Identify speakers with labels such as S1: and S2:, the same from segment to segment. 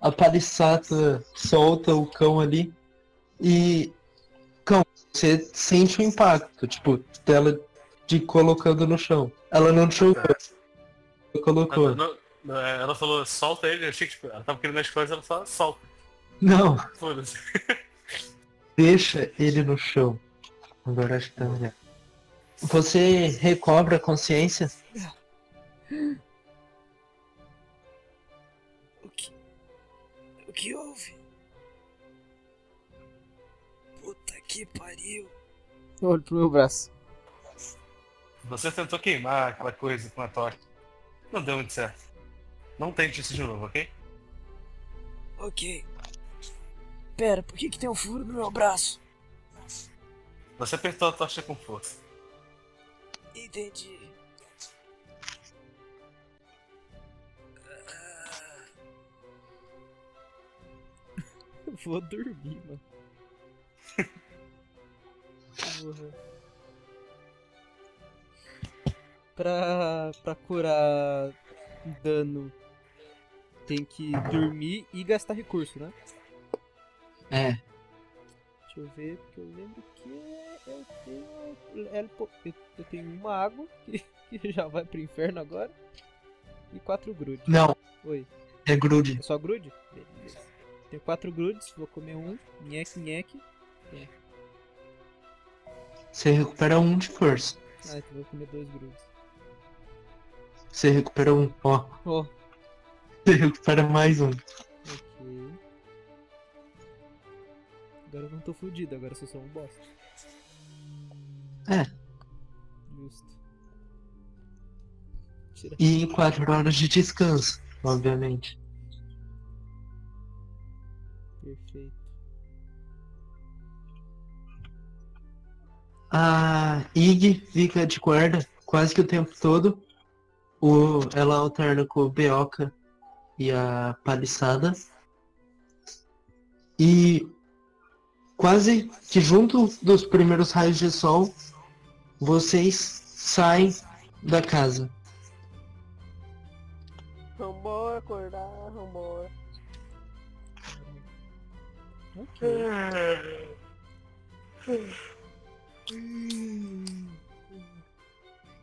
S1: A Parisata solta o cão ali e. Cão, você sente o impacto, tipo, dela de colocando no chão. Ela não chocou. Colocou.
S2: Ela, não- é, ela falou, solta ele, eu achei que tipo, ela tava querendo as coisas, ela falou, solta.
S1: Não,
S2: Foda-se.
S1: deixa ele no chão. Agora acho que tá melhor. Você recobra a consciência?
S3: O que. O que houve? Puta que pariu.
S4: Eu olho pro meu braço.
S2: Você tentou queimar aquela coisa com a tocha. Não deu muito certo. Não tente isso de novo, ok?
S3: Ok. Pera, por que, que tem um furo no meu braço?
S2: Você apertou a tocha com força.
S3: Entendi.
S4: Eu vou dormir, mano. Porra. Pra, pra curar dano, tem que dormir e gastar recurso, né?
S1: É.
S4: Deixa eu ver, porque eu lembro que eu tenho. el po- Eu eu tenho uma água, que, que já vai pro inferno agora. E quatro grudes.
S1: Não,
S4: Oi,
S1: é grude.
S4: é só grude? Beleza. Tenho quatro grudes, vou comer um. Nheque, nheque.
S1: Você recupera um de força.
S4: Ah, então vou comer dois grudes.
S1: Você recupera um, ó.
S4: Ó,
S1: Você recupera mais um.
S4: ok. Agora eu não tô fudido, agora eu sou só um bosta.
S1: É.
S4: Justo. Tira.
S1: E quatro horas de descanso, obviamente.
S4: Perfeito.
S1: A Ig fica de guarda quase que o tempo todo. O, ela alterna com o Beoca e a Paliçada. E quase que junto dos primeiros raios de sol, vocês saem da casa.
S5: Vambora acordar, vambora.
S4: Ok.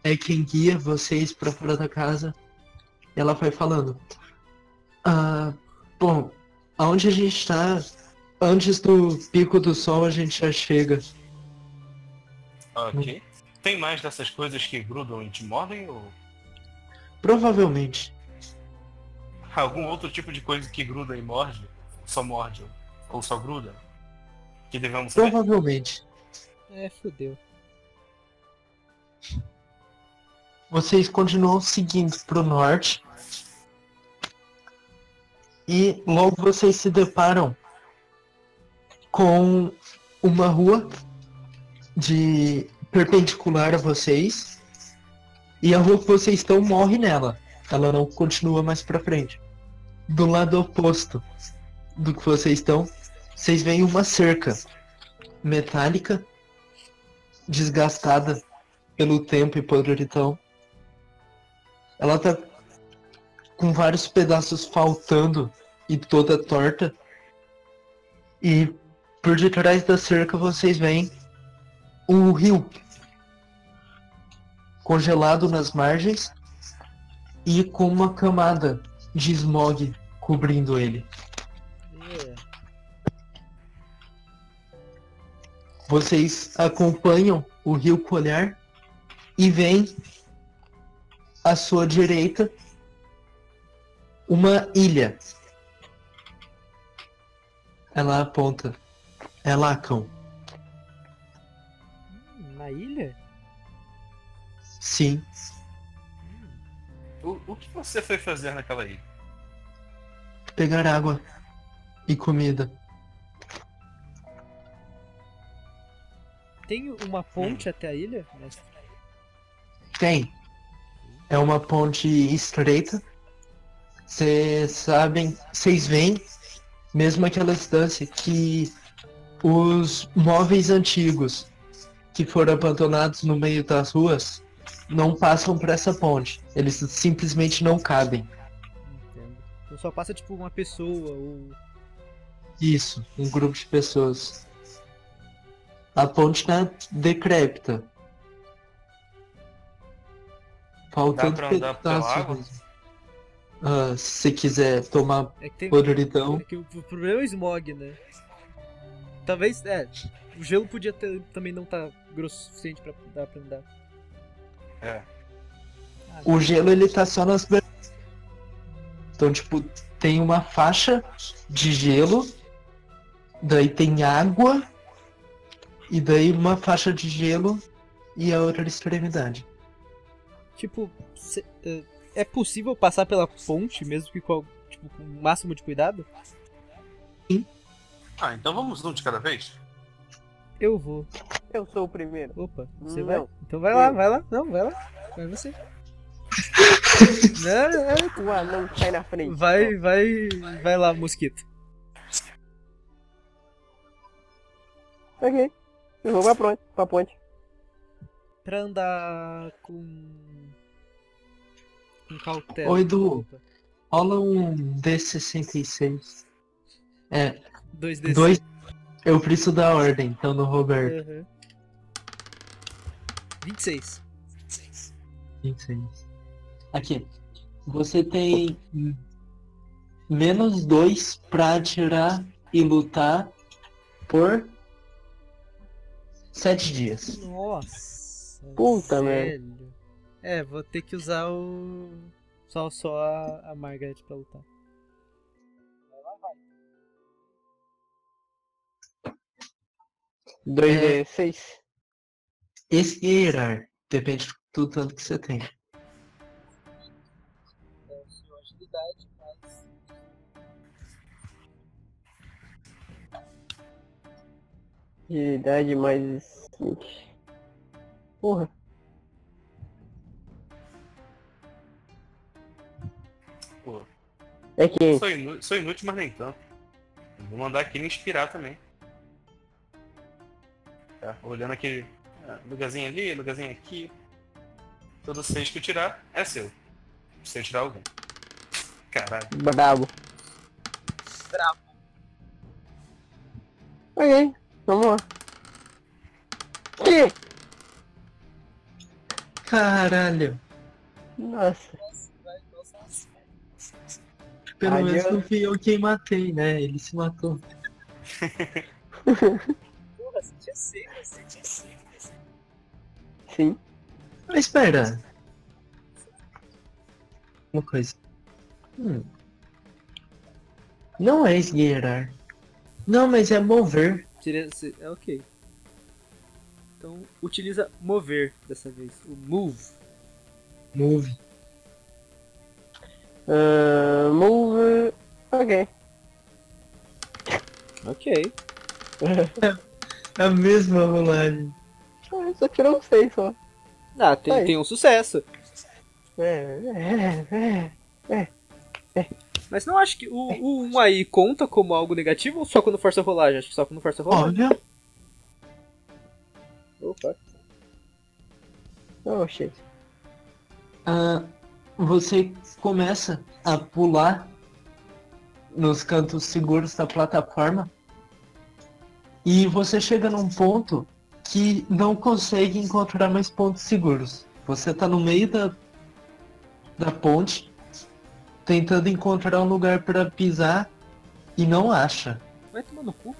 S1: é quem guia vocês pra fora da casa. Ela vai falando. Ah, bom, aonde a gente tá? Antes do pico do sol a gente já chega.
S2: Ok. Tem mais dessas coisas que grudam e te mordem ou
S1: Provavelmente.
S2: algum outro tipo de coisa que gruda e morde? Só morde ou só gruda? Que devemos
S1: Então
S2: saber?
S1: Provavelmente.
S4: É, fudeu.
S1: Vocês continuam seguindo pro norte. E logo vocês se deparam com uma rua de perpendicular a vocês. E a rua que vocês estão morre nela. Ela não continua mais pra frente. Do lado oposto do que vocês estão, vocês veem uma cerca metálica, desgastada pelo tempo e podridão. Ela tá com vários pedaços faltando e toda torta. E por detrás da cerca vocês veem um rio congelado nas margens e com uma camada de smog cobrindo ele.
S4: É.
S1: Vocês acompanham o rio Colher e vem à sua direita uma ilha. Ela aponta. É lá, cão.
S4: Hum, Na ilha?
S1: Sim.
S2: O, o que você foi fazer naquela ilha?
S1: Pegar água e comida.
S4: Tem uma ponte até a ilha? Mas
S1: Tem. É uma ponte estreita. Vocês sabem, vocês veem, mesmo aquela distância, que os móveis antigos que foram abandonados no meio das ruas não passam por essa ponte. Eles simplesmente não cabem.
S4: entendo. Eu Então só passa tipo uma pessoa ou.
S1: Isso, um grupo de pessoas. A ponte tá decrépita. Faltando
S2: pra andar pela água?
S1: pedaços. Ah, se quiser tomar
S4: É que tem.
S1: poderidão,
S4: É que o o problema é o smog, né? Talvez, é. O gelo podia ter- também não tá grosso o suficiente pra dar pra andar.
S2: É.
S4: Ah,
S1: o gelo ele tá só nas. bran- Então, tipo, tem uma faixa de gelo, daí tem água, e daí uma faixa de gelo e a outra extremidade.
S4: Tipo, cê- é- é possível passar pela ponte mesmo que com, al- tipo, com o máximo de cuidado?
S2: Ah, então vamos um de cada vez?
S4: Eu vou.
S5: Eu sou o primeiro.
S4: Opa, você
S5: Não.
S4: vai? Então vai lá,
S5: Eu.
S4: vai lá. Não, vai lá. Vai você. Não, não,
S5: O anão sai na frente.
S4: não. Vai, vai, vai lá, mosquito.
S5: Ok. Eu vou pra ponte. Pra ponte.
S4: Pra andar com. com cautela.
S1: Ô, Edu.
S4: Opa,
S1: Rola um D66. É,
S4: Dois desses.
S1: Dois. Eu preciso da ordem, então no Roberto.
S4: Uhum. 26.
S1: Isso. Aqui. Você tem menos dois pra atirar e lutar por sete dias.
S4: Nossa.
S5: Puta,
S4: velho. É, vou ter que usar o. Só, só a, a Margaret pra lutar.
S5: Dois
S1: É.
S5: d seis.
S1: Esgueirar. Depende do tanto que você tem.
S4: Agilidade, mas.
S5: Agilidade mais. vinte. Porra.
S2: Pô,
S5: É que
S2: sou, inú- sou inútil, mas nem tanto. Vou mandar aquele inspirar também. Tá, olhando aquele ah, lugarzinho ali, lugarzinho aqui. Todo seis que eu tirar é seu. Se eu tirar algum. Caralho.
S5: brabo. Brabo. Ok. Vamos lá. Que?
S1: Caralho.
S5: Nossa.
S1: Pelo
S5: Adianta.
S1: menos não fui eu quem matei, né? Ele se matou.
S4: Porra, você tinha seis, você tinha seis.
S5: Sim.
S1: Mas espera. Uma coisa. Hum. Não é esgueirar. Não, mas é mover.
S4: Tira, se- é ok. Então, utiliza mover dessa vez. O move.
S1: Move.
S5: Ah, move. Ok.
S4: Ok.
S1: É A mesma rolagem.
S5: Ah, só tirou um seis só.
S4: Ah, tem,
S5: Tá Aí.
S4: tem um sucesso.
S5: É, é, é.
S4: Mas não acho que o, o 1 aí conta como algo negativo ou só quando força a rolagem? Acho que só quando força a rolagem.
S1: Olha,
S5: Ah.
S4: Opa.
S5: Oh, shit.
S1: ah, você começa a pular nos cantos seguros da plataforma e você chega num ponto que não consegue encontrar mais pontos seguros. Você tá no meio da, da ponte tentando encontrar um lugar para pisar e não acha.
S4: Vai tomar no cu.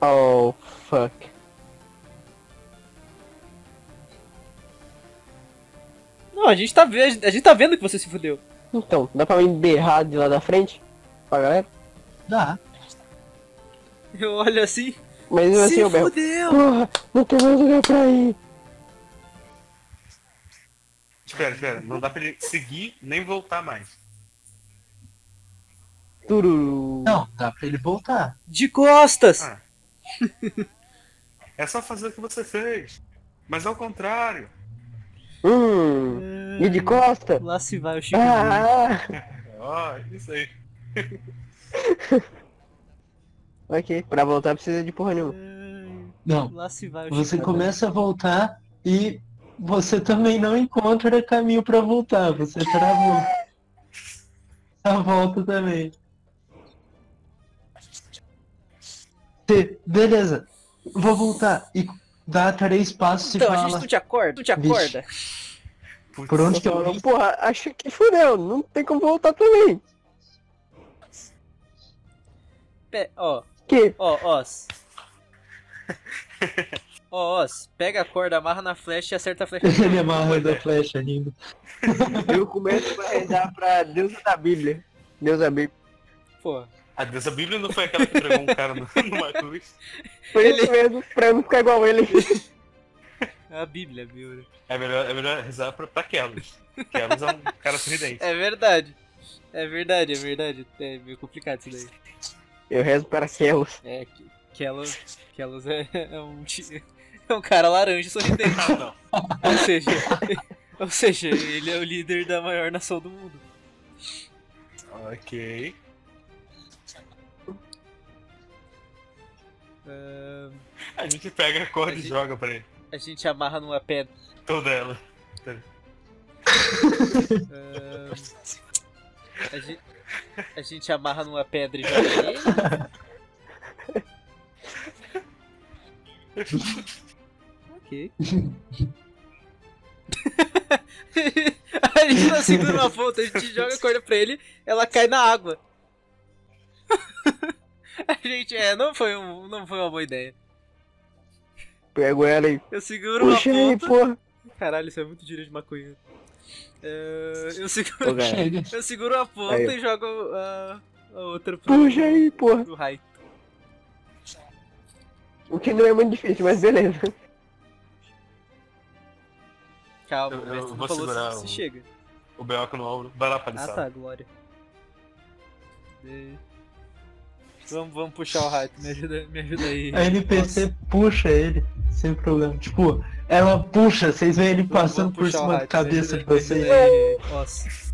S5: Oh, fuck.
S4: Não, a gente tá vendo. A gente tá vendo que você se fudeu.
S5: Então, dá pra mim berrar de lá da frente? Pra galera?
S1: Dá.
S4: Eu olho assim.
S5: Mas mesmo assim
S4: Se
S5: eu berro.
S4: fudeu!
S5: Porra, não tem mais lugar pra ir.
S2: Espera, espera. Não dá pra ele seguir nem voltar mais.
S5: Tururu.
S1: Não, dá pra ele voltar.
S4: De costas!
S2: Ah. É só fazer o que você fez. Mas ao contrário.
S5: Hum. E de costa?
S4: Lá se vai o Chico. Bento.
S5: Ah,
S2: Ó, isso aí.
S5: ok. Pra voltar precisa de porra nenhuma.
S1: Não.
S4: Lá se vai o
S1: Você
S4: Chico.
S1: começa a voltar e você também não encontra caminho pra voltar, você travou. A volta também. Tê, beleza. Vou voltar. E dá três passos
S4: Então,
S1: e
S4: a
S1: fala.
S4: gente não te acorda? Tu te
S1: Vixe.
S4: acorda?
S2: Putz,
S1: Por onde que eu
S5: Então, porra, acho que fudeu. Não tem como voltar também.
S4: Pe- ó,
S5: Que?
S4: ó, Oz. Ó, Oz, pega a corda, amarra na flecha e acerta a flecha.
S1: Ele amarra da flecha lindo.
S5: Eu começo a rezar pra Deus da Bíblia. Deus da Bíblia.
S4: Pô,
S2: A deusa Bíblia não foi aquela que pregou um cara no- numa cruz?
S5: Por
S4: Ele-
S5: isso mesmo, pra eu não ficar igual ele.
S4: a Bíblia, né? Bíblia.
S2: É melhor, é melhor rezar pra, pra Kellos. Kellos é um cara sorridente.
S4: É verdade. É verdade, é verdade. É meio complicado isso daí.
S5: Eu rezo para Kelos.
S4: É, que- Kellos, Kellos é, é um ti- é um cara laranja e sorridente.
S2: Ah, não.
S4: ou seja, ou seja, ele é o líder da maior nação do mundo.
S2: Ok.
S4: Ahn,
S2: A gente pega a corda e joga pra ele.
S4: a gente amarra numa pedra.
S2: Toda ela.
S4: Ahn, a, gente, a gente amarra numa pedra e joga ele.
S6: Ok.
S4: a gente tá segurando uma ponta, a gente joga a corda pra ele, ela cai na água. a gente, é, não foi, um, não foi uma boa ideia.
S5: Pego ela e
S4: Eu seguro uma
S5: puxa aí,
S4: ponta.
S5: porra.
S4: Caralho, isso é muito gíria de maconha. É, eu, seguro,
S5: Ô, cara,
S1: Chega.
S4: eu seguro a ponta
S5: Aí.
S4: e jogo a, a outra pro,
S5: Puxa aí, porra.
S4: pro raio.
S5: O que não é muito difícil, mas beleza.
S4: Calma,
S2: Eu-
S4: mas
S2: eu
S4: tu não
S2: vou
S4: falou
S2: segurar
S4: se, se
S2: o-
S4: chega.
S2: O Beoca no ombro. Vai lá,
S4: Ah
S2: palhaçada.
S4: tá, glória. É. Vamos, vamos puxar o raio, me ajuda, me ajuda aí.
S1: A NPC puxa ele, sem problema. Tipo, ela puxa, vocês veem ele passando por cima da cabeça de vocês.
S4: Nossa.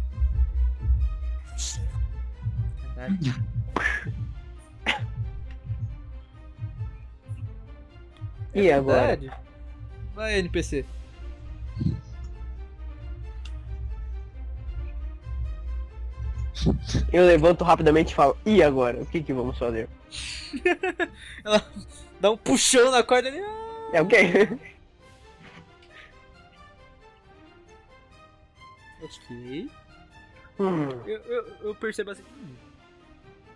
S4: Caralho. É
S5: E agora?
S6: Verdade. Vai, NPC.
S5: Eu levanto rapidamente e falo, e agora? O que que vamos fazer?
S4: Dá um puxão na corda ali. Ah,
S5: É o quê?
S4: Ok.
S5: Hum,
S4: Eu, eu, eu percebo assim. Hum,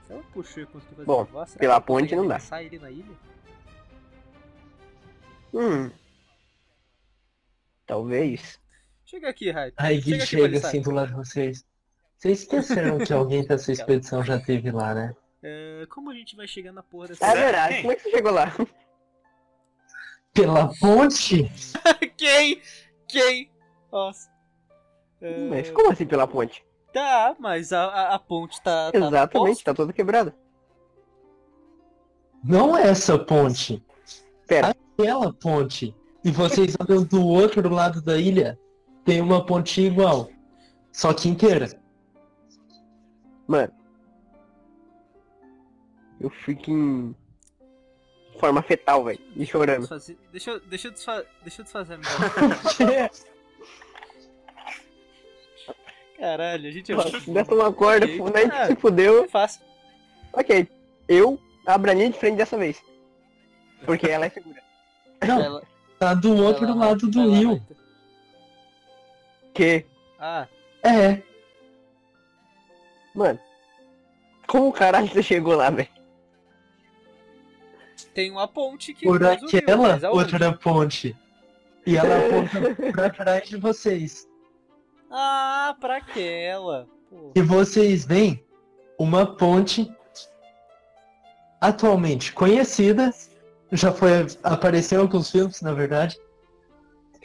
S4: se ela puxou e conseguiu fazer
S5: Bom,
S4: um negócio, será
S5: pela
S4: que ela
S5: ponte
S4: consegue
S5: não dá.
S4: arremessar ele na ilha?
S5: hum. Talvez.
S4: Chega aqui, Raito.
S1: Aí que
S4: Chega
S1: chega,
S4: aqui, Palissade.
S1: assim do lado de vocês. Vocês esqueceram que alguém da sua expedição já teve lá, né?
S4: É, como a gente vai chegar na porra dessa.
S5: É
S2: Sério?
S5: verdade,
S2: Quem?
S5: como é que você chegou lá?
S1: Pela ponte?
S4: Quem? Quem? Nossa. É,
S5: Mas como assim pela ponte?
S4: Tá, mas a, a, a ponte tá. tá no
S5: Exatamente, tá toda quebrada.
S1: Não é essa ponte.
S5: Pera.
S1: Aquela ponte. E vocês andam do outro lado da ilha. Tem uma ponte igual. Só que inteira.
S5: Mano. Eu fico em forma fetal, velho, e chorando.
S4: Desfazer- Deixa eu, deixa eu, desfa... deixa eu desfazer a minha. Caralho, a gente é muito
S5: Nossa, Dessa uma corda,
S4: Ok.
S5: né, que se fudeu.
S4: fácil.
S5: Ok, eu abro a linha de frente dessa vez. Porque ela é segura.
S1: Não,
S4: Ela-
S1: tá do outro
S4: ela-
S1: lado do
S4: ela-
S1: rio.
S5: Que,
S4: Ah,
S1: É.
S5: mano. Como caralho você chegou lá, velho?
S4: tem uma ponte que
S1: Por
S4: cruza o rio,
S1: aquela
S4: mas é aonde?
S1: outra ponte. E ela aponta pra trás de vocês.
S4: Ah, pra aquela. Pô.
S1: E vocês veem uma ponte atualmente conhecida, já foi apareceu em alguns filmes, na verdade.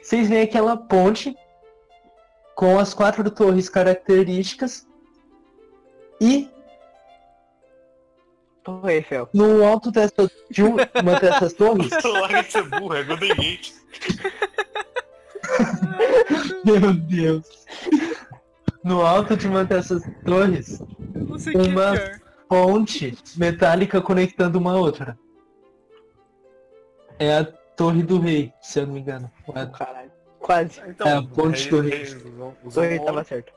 S1: Vocês veem aquela ponte com as quatro torres características e
S5: Torre Eiffel.
S1: no alto dessa, de um- uma dessas torres,
S2: Tô larga de ser burro, é Golden Gate.
S1: meu Deus. No alto de uma dessas torres,
S4: Não sei o que é
S1: Uma-
S4: pior.
S1: ponte metálica conectando uma à outra. É a Torre do Rei, se eu não me engano. Ou é a-
S5: Caralho. Quase.
S2: Então,
S1: É, a ponte do
S2: eles- eles usam- usam
S5: Torre
S2: ouro,
S5: tava certo.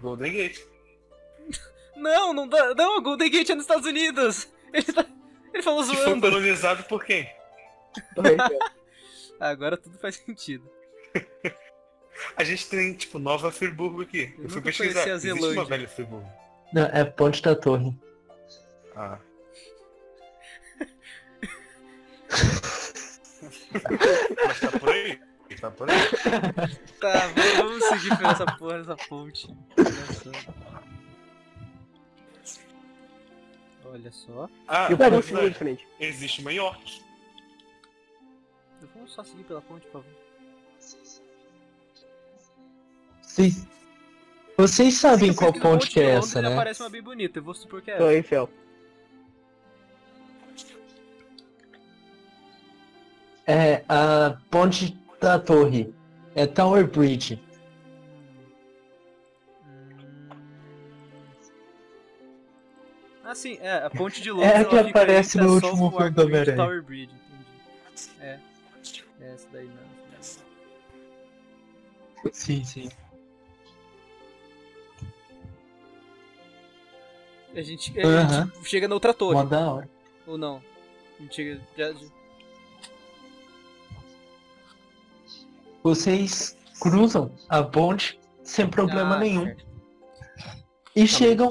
S2: Golden Gate.
S4: Não, não dá. Não, o Golden Gate é nos Estados Unidos. Ele, tá- ele falou
S2: Que foi um
S4: zoando.
S2: colonizado por quem?
S4: Ah, agora tudo faz sentido.
S2: A gente tem, tipo, Nova Friburgo aqui. Eu,
S4: Eu
S2: fui
S4: nunca
S2: pesquisar.
S4: conheci a
S2: Existe
S4: Zelândia.
S2: uma velha Friburgo.
S1: Não, é Ponte da Torre.
S2: Ah. Mas tá por aí? Tá por aí?
S4: Tá, v- vamos seguir por essa porra, essa ponte.
S7: Olha só.
S2: Ah,
S5: E o é Peru ficou de
S2: verdade.
S5: frente.
S2: existe uma York.
S7: Vamos só seguir pela ponte, por favor.
S1: Vocês, vocês sabem qual
S4: Seguindo
S1: ponte que
S4: de
S1: é
S4: Londres,
S1: essa,
S4: ele
S1: né?
S4: Aparece uma bem bonita, eu vou supor que é
S5: Tô
S4: essa.
S5: aí, Fel.
S1: É a Ponte da Torre. É Tower Bridge.
S4: Ah, sim, é, a ponte de Londres.
S1: É a que
S4: ela fica
S1: aparece
S4: entre a
S1: no
S4: Southwark
S1: último filme do
S4: Bridge e
S1: Homem-Aranha.
S4: Tower Bridge, entendi. É. É, essa daí não. essa daí
S1: Sim, sim.
S4: não. A gente, a gente
S1: Aham.
S4: chega na outra torre,
S1: Mó da hora.
S4: ou não? A gente chega. Já, já-
S1: Vocês cruzam a ponte sem problema
S4: Ah,
S1: nenhum.
S4: certo.
S1: E chegam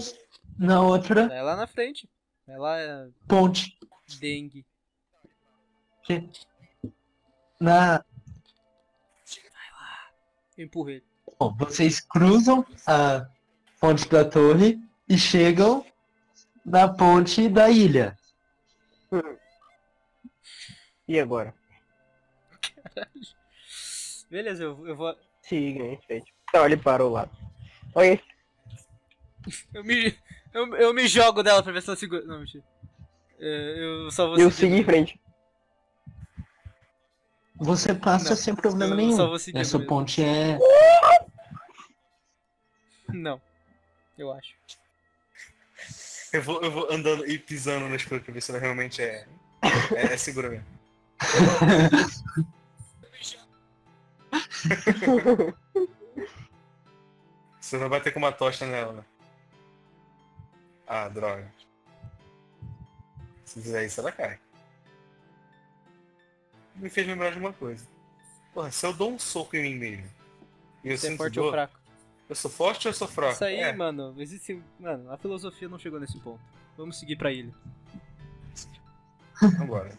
S1: na outra
S4: É lá na frente. É lá é
S1: ponte.
S4: dengue.
S1: Na...
S4: Eu empurrei.
S1: Bom, vocês cruzam a ponte da torre e chegam na ponte da ilha.
S5: E agora?
S4: Beleza, eu, eu vou.
S5: Siga em frente. Tá, olha para o lado. Olha,
S4: Eu me, eu, eu me jogo dela pra ver se ela segura. Não, mentira. É, Eu só vou
S5: eu
S4: seguir-
S5: segui em frente.
S1: Você passa
S4: Não,
S1: sem problema
S4: eu
S1: nenhum.
S4: só vou seguir
S1: Essa
S4: mesmo.
S1: ponte é.
S4: Não. Eu acho.
S2: Eu vou, eu vou andando e pisando nas coisas pra ver se ela realmente é, é, é segura mesmo. Você vai bater com uma tocha nela. né? Ah, droga. Se fizer isso, ela cai. Me fez lembrar de uma coisa. Porra, se eu dou um soco em mim mesmo, e eu
S4: Você é
S2: sinto
S4: forte
S2: dor,
S4: ou fraco?
S2: eu sou forte ou eu sou fraco?
S4: Isso aí,
S2: É.
S4: mano, existe. Mano, a filosofia não chegou nesse ponto. Vamos seguir pra ilha.
S2: Agora.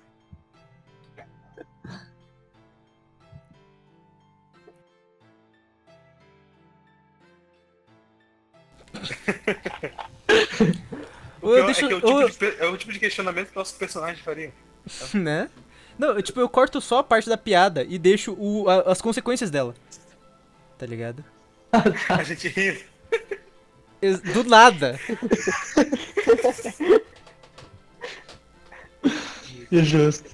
S4: Ô,
S2: Pior
S4: deixa
S2: é, que é,
S4: eu.
S2: o tipo
S4: ô,
S2: de, pe- é o tipo de questionamento que nosso personagem faria.
S4: Né? Não, eu, tipo, eu corto só a parte da piada e deixo o, a- as consequências dela. Tá ligado?
S2: A gente ri.
S4: Ex- Do nada.
S1: É Justo.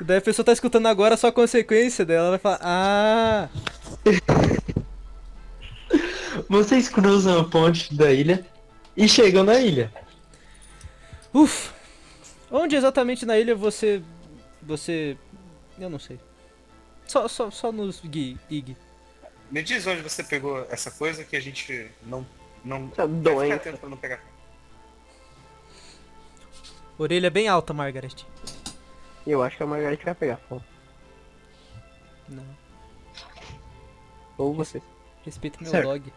S4: Daí a pessoa tá escutando agora só a consequência dela, ela vai falar, ah.
S1: Vocês cruzam a ponte da ilha e chegam na ilha.
S4: Uf! Onde exatamente na ilha você. Você. Eu não sei. Só, só, só nos gui, IG.
S2: Me diz onde você pegou essa coisa que a gente não. não
S5: Tá
S2: vai ficar
S5: doente.
S2: atento pra não pegar.
S4: Orelha bem alta, Margaret.
S5: Eu acho que a Margarete vai pegar fogo.
S4: Não.
S5: Ou você.
S4: Respeita meu
S1: Certo.
S4: dog.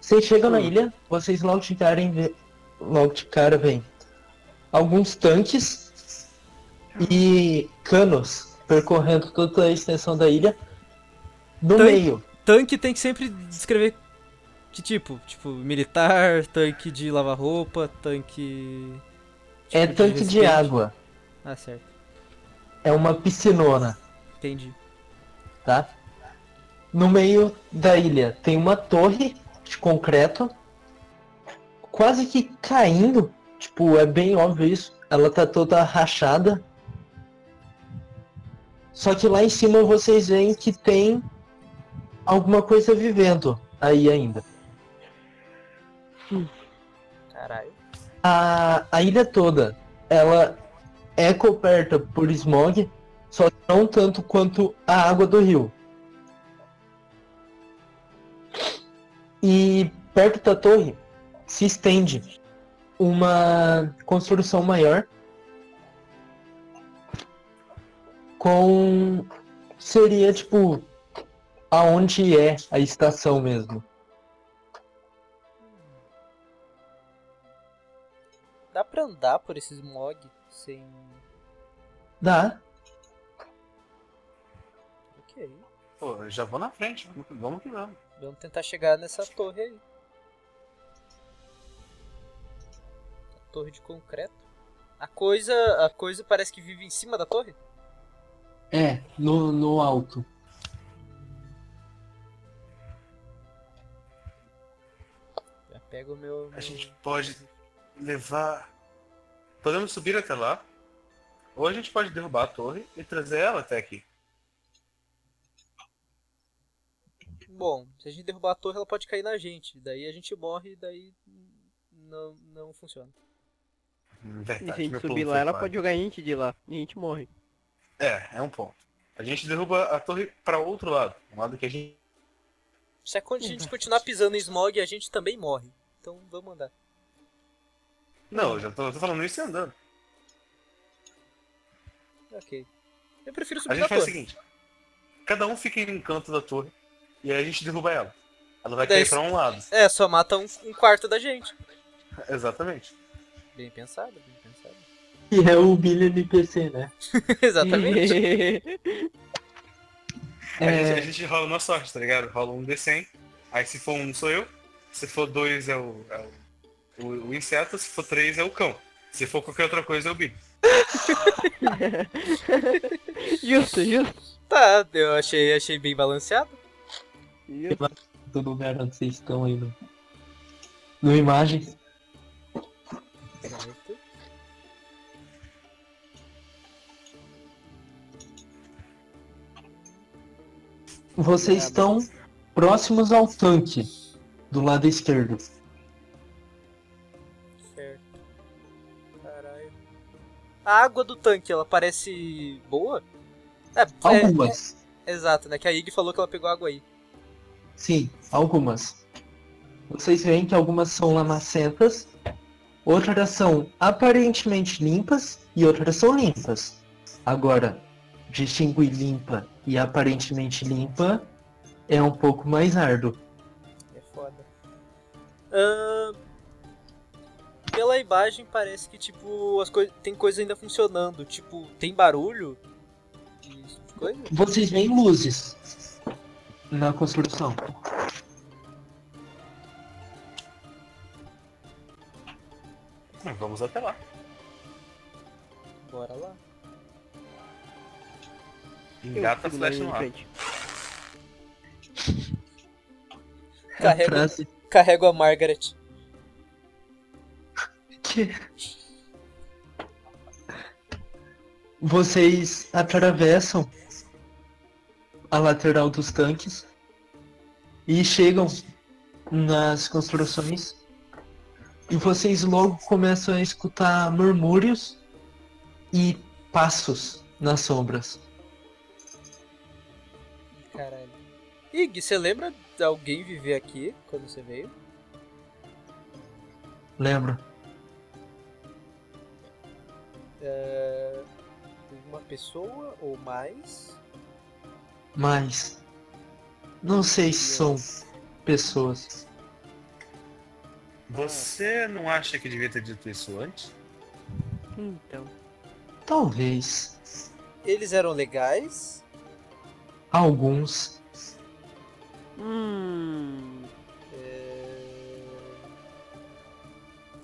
S1: Vocês chegam
S4: Hum.
S1: na ilha, vocês logo de cara, vê- logo de cara vem alguns tanques e canos percorrendo toda a extensão da ilha. No
S4: Tanque?
S1: meio,
S4: Tanque tem que sempre descrever que tipo? Tipo, militar, tanque de lavar roupa, tanque.
S1: é
S4: tipo,
S1: tanque de
S4: respeito.
S1: água,
S4: Ah, certo.
S1: é uma piscinona,
S4: Entendi.
S1: tá? No meio da ilha tem uma torre de concreto, quase que caindo, tipo, é bem óbvio isso. Ela tá toda rachada. Só que lá em cima vocês veem que tem alguma coisa vivendo aí ainda.
S2: Tá,
S7: Caralho.
S1: A, a ilha toda, ela é coberta por smog, só que não tanto quanto a água do rio. E perto da torre se estende uma construção maior com seria tipo aonde é a estação mesmo.
S4: Dá pra andar por esses mog sem.
S1: Dá.
S4: Ok.
S2: Pô, eu já vou na frente, vamos que vamos. que vamos.
S4: Vamos tentar chegar nessa torre aí. A torre de concreto. A coisa. A coisa parece que vive em cima da torre?
S1: É, no, no alto.
S4: Já pega o meu.
S2: A gente pode levar. Podemos subir até lá. Ou a gente pode derrubar a torre e trazer ela até aqui.
S4: Bom, se a gente derrubar a torre, ela pode cair na gente. Daí a gente morre e daí não, não funciona.
S5: Se a
S2: Verdade,
S5: gente
S2: meu
S5: subir
S2: povo
S5: lá,
S2: foi
S5: ela
S2: pago.
S5: pode jogar a gente de lá. E a gente morre.
S2: É, é um ponto. A gente derruba a torre pra outro lado. Um lado que a gente.
S4: Se a gente continuar pisando em smog, a gente também morre. Então vamos andar.
S2: Não, eu já tô, tô falando isso e andando.
S4: Ok. Eu prefiro
S2: A
S4: subir na
S2: gente faz o
S4: torre.
S2: seguinte: cada um fica em um canto da torre e aí a gente derruba ela. Ela vai
S4: Daí-
S2: cair pra um lado.
S4: É, só mata um, um quarto da gente.
S2: Exatamente.
S4: Bem pensado, bem pensado.
S1: E é o Billy NPC, né?
S4: Exatamente.
S2: A, gente,
S1: É,
S2: a gente rola na sorte, tá ligado? Rola um D100. Aí se for um sou eu. Se for dois é o, é o, o- o inseto. Se for três é o cão. Se for qualquer outra coisa é o bicho.
S5: justo, justo.
S4: Tá, eu achei, achei bem balanceado.
S5: justo.
S1: do lugar onde vocês estão aí no, no imagens.
S4: Certo.
S1: Vocês estão próximos ao tanque do lado esquerdo.
S4: Certo. Caralho. A água do tanque, ela parece boa? É, é,
S1: Algumas.
S4: é, exato, né? Que a Ig falou que ela pegou água aí.
S1: Sim, algumas. Vocês veem que algumas são lamacentas, outras são aparentemente limpas e outras são limpas. Agora, distinguir limpa e aparentemente limpa é um pouco mais árduo.
S4: É foda. Ahn, pela imagem parece que tipo as coisas tem coisa ainda funcionando, tipo tem barulho e esse tipo de coisa.
S1: Vocês veem luzes na construção.
S2: Hum, Vamos até lá.
S4: Bora lá.
S2: Engata a
S5: Eu
S2: flecha
S5: sigo
S2: no
S5: lá
S2: ar.
S5: em frente.
S1: A
S4: Carrego,
S1: frase
S4: carrego a Margaret.
S1: que vocês atravessam a lateral dos tanques e chegam nas construções e vocês logo começam a escutar murmúrios e passos nas sombras.
S4: Ih, Caralho. Ig, você lembra de alguém viver aqui quando você veio?
S1: Lembra?
S4: Uma pessoa ou mais?
S1: Mas não sei se são pessoas.
S2: Você não acha que devia ter dito isso antes?
S5: Então.
S1: Talvez
S4: Eles eram legais?
S1: alguns
S5: Hum.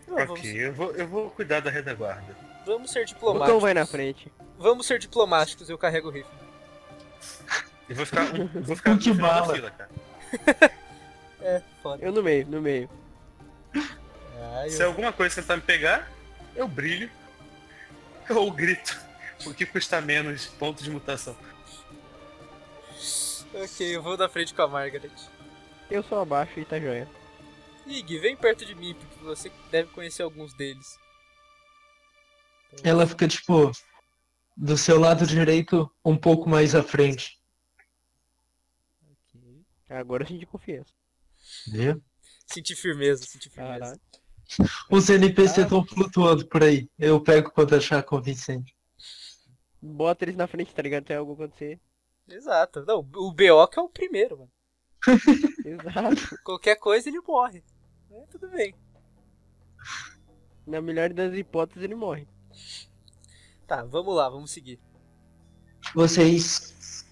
S4: Não,
S2: ok, eu vou, eu vou cuidar da retaguarda.
S4: vamos, Ah, vamos ser
S5: O cão
S4: diplomáticos.
S5: Então vai na frente.
S4: Vamos ser diplomáticos, eu carrego o rifle.
S2: Eu vou ficar, um, eu vou ficar no
S1: Que
S2: final
S1: Um bala.
S2: da fila, cara.
S4: Foda.
S5: Eu no meio, no meio.
S4: Ah, eu-
S2: Se alguma coisa tentar me pegar, eu brilho. Ou grito. O que custa menos ponto de mutação.
S4: Ok, eu vou na frente com a Margaret.
S5: Eu só abaixo e tá joia.
S4: Ig, vem perto de mim, porque você deve conhecer alguns deles.
S1: Ela fica, tipo, do seu lado direito, um pouco mais à frente.
S5: Agora eu senti confiança.
S1: Viu?
S4: Senti firmeza, senti firmeza.
S5: Caralho.
S1: Os NPC estão flutuando por aí. Eu pego quando achar convincente.
S5: Bota eles na frente, tá ligado? Até algo acontecer.
S4: Exato. Não, o BO que é o primeiro, mano.
S5: Exato.
S4: Qualquer coisa ele morre. É, tudo bem.
S5: Na melhor das hipóteses, ele morre.
S4: Tá, vamos lá, vamos seguir.
S1: Vocês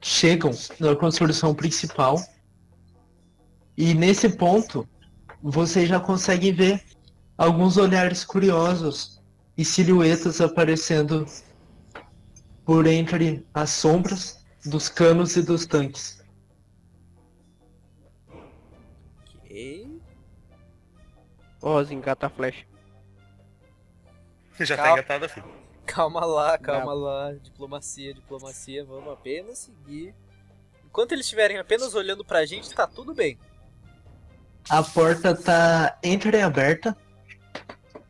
S1: chegam na construção principal. E nesse ponto, vocês já conseguem ver alguns olhares curiosos e silhuetas aparecendo por entre as sombras dos canos e dos tanques.
S4: Ok.
S5: Ó, Zinho, cata a flecha.
S2: Já tá
S5: Calma.
S2: engatada, filho.
S4: Calma lá, calma lá. Diplomacia, diplomacia. Vamos apenas seguir. Enquanto eles estiverem apenas olhando pra gente, tá tudo bem.
S1: A porta tá entreaberta.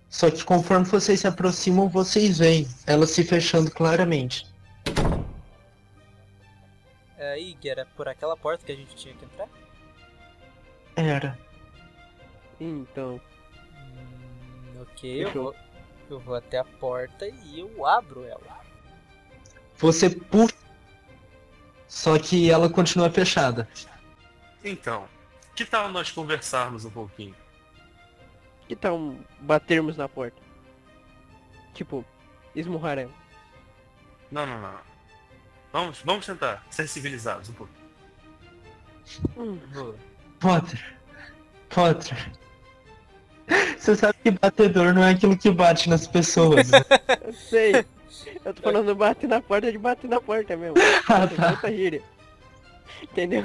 S1: Só que conforme vocês se aproximam, vocês veem ela se fechando claramente.
S4: Aí, É, que era por aquela porta que a gente tinha que entrar?
S1: Era.
S5: Então,
S4: Hum, ok, eu
S5: Fechou.
S4: vou, eu vou até a porta e eu abro ela.
S1: Você puxa. Só que ela continua fechada.
S2: Então, que tal nós conversarmos um pouquinho?
S5: que tal um- batermos na porta? Tipo, esmurrar ela.
S2: Não, não, não. Vamos, vamos tentar ser civilizados um pouquinho.
S5: Hum,
S1: Potter. Potter. Você sabe que batedor não é aquilo que bate nas pessoas. né?
S5: eu sei. Eu tô falando bater na porta é de bater na porta mesmo.
S1: ah,
S5: Tem
S1: tá.
S5: outra gíria. Entendeu?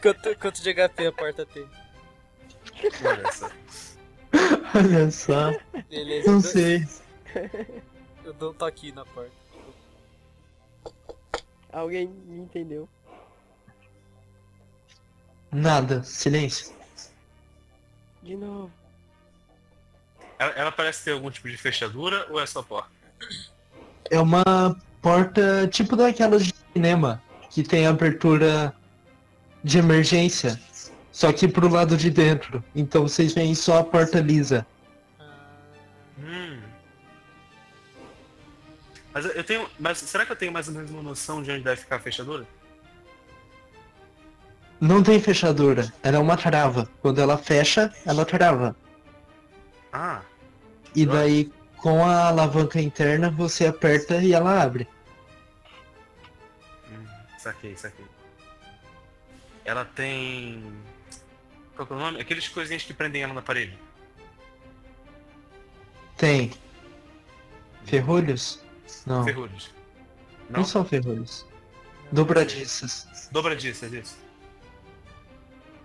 S4: Quanto, quanto de HP a porta tem?
S2: Olha só.
S1: Olha só.
S4: Beleza, eu
S1: Não
S4: dou-
S1: sei.
S4: eu dou um toquinho na porta.
S5: Alguém me entendeu.
S1: Nada. Silêncio.
S5: De novo.
S2: Ela, ela parece ter algum tipo de fechadura ou é só porta?
S1: É uma porta tipo daquelas de cinema que tem abertura de emergência. Só que pro lado de dentro. Então vocês veem só a porta lisa.
S2: Hum. Mas eu- eu tenho. Mas será que eu tenho mais ou menos uma noção de onde deve ficar a fechadura?
S1: Não tem fechadura. Ela é uma trava. Quando ela fecha, ela trava.
S2: Ah,
S1: E daí, com a alavanca interna, você aperta e ela abre.
S2: saquei, saquei. Ela tem. Qual que é o nome? Aqueles coisinhas que prendem ela na parede.
S1: Tem. Ferrolhos? Não, não,
S2: Ferrulhos. Não?
S1: são ferrolhos. Dobradiças.
S2: Dobradiças, é isso.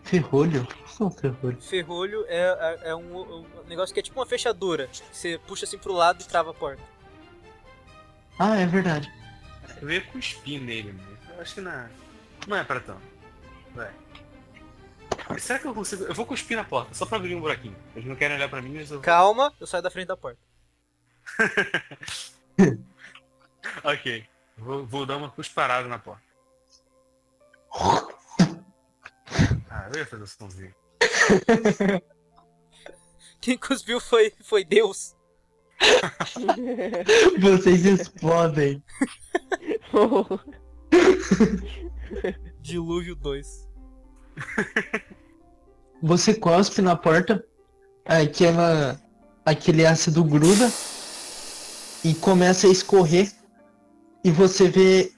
S1: Ferrolho? O que são ferrolhos?
S4: Ferrolho é, é- é um, um negócio que é tipo uma fechadura. que Você puxa assim pro lado e trava a porta.
S1: Ah, é verdade.
S2: Eu ia cuspir nele, mano. Eu acho que não é. Não é pra tanto. Vai. Será que eu consigo. Eu vou cuspir na porta, só pra abrir um buraquinho. Eles não querem olhar pra mim, mas eu.
S4: Calma, eu saio da frente da porta.
S2: Ok. Vou, vou dar uma cusparada na porta. Ah, eu ia fazer o somzinho.
S4: Quem cuspiu foi, foi Deus.
S1: Vocês explodem.
S4: Dilúvio 2.
S1: Você cospe na porta, aquela, aquele ácido gruda e começa a escorrer. E você vê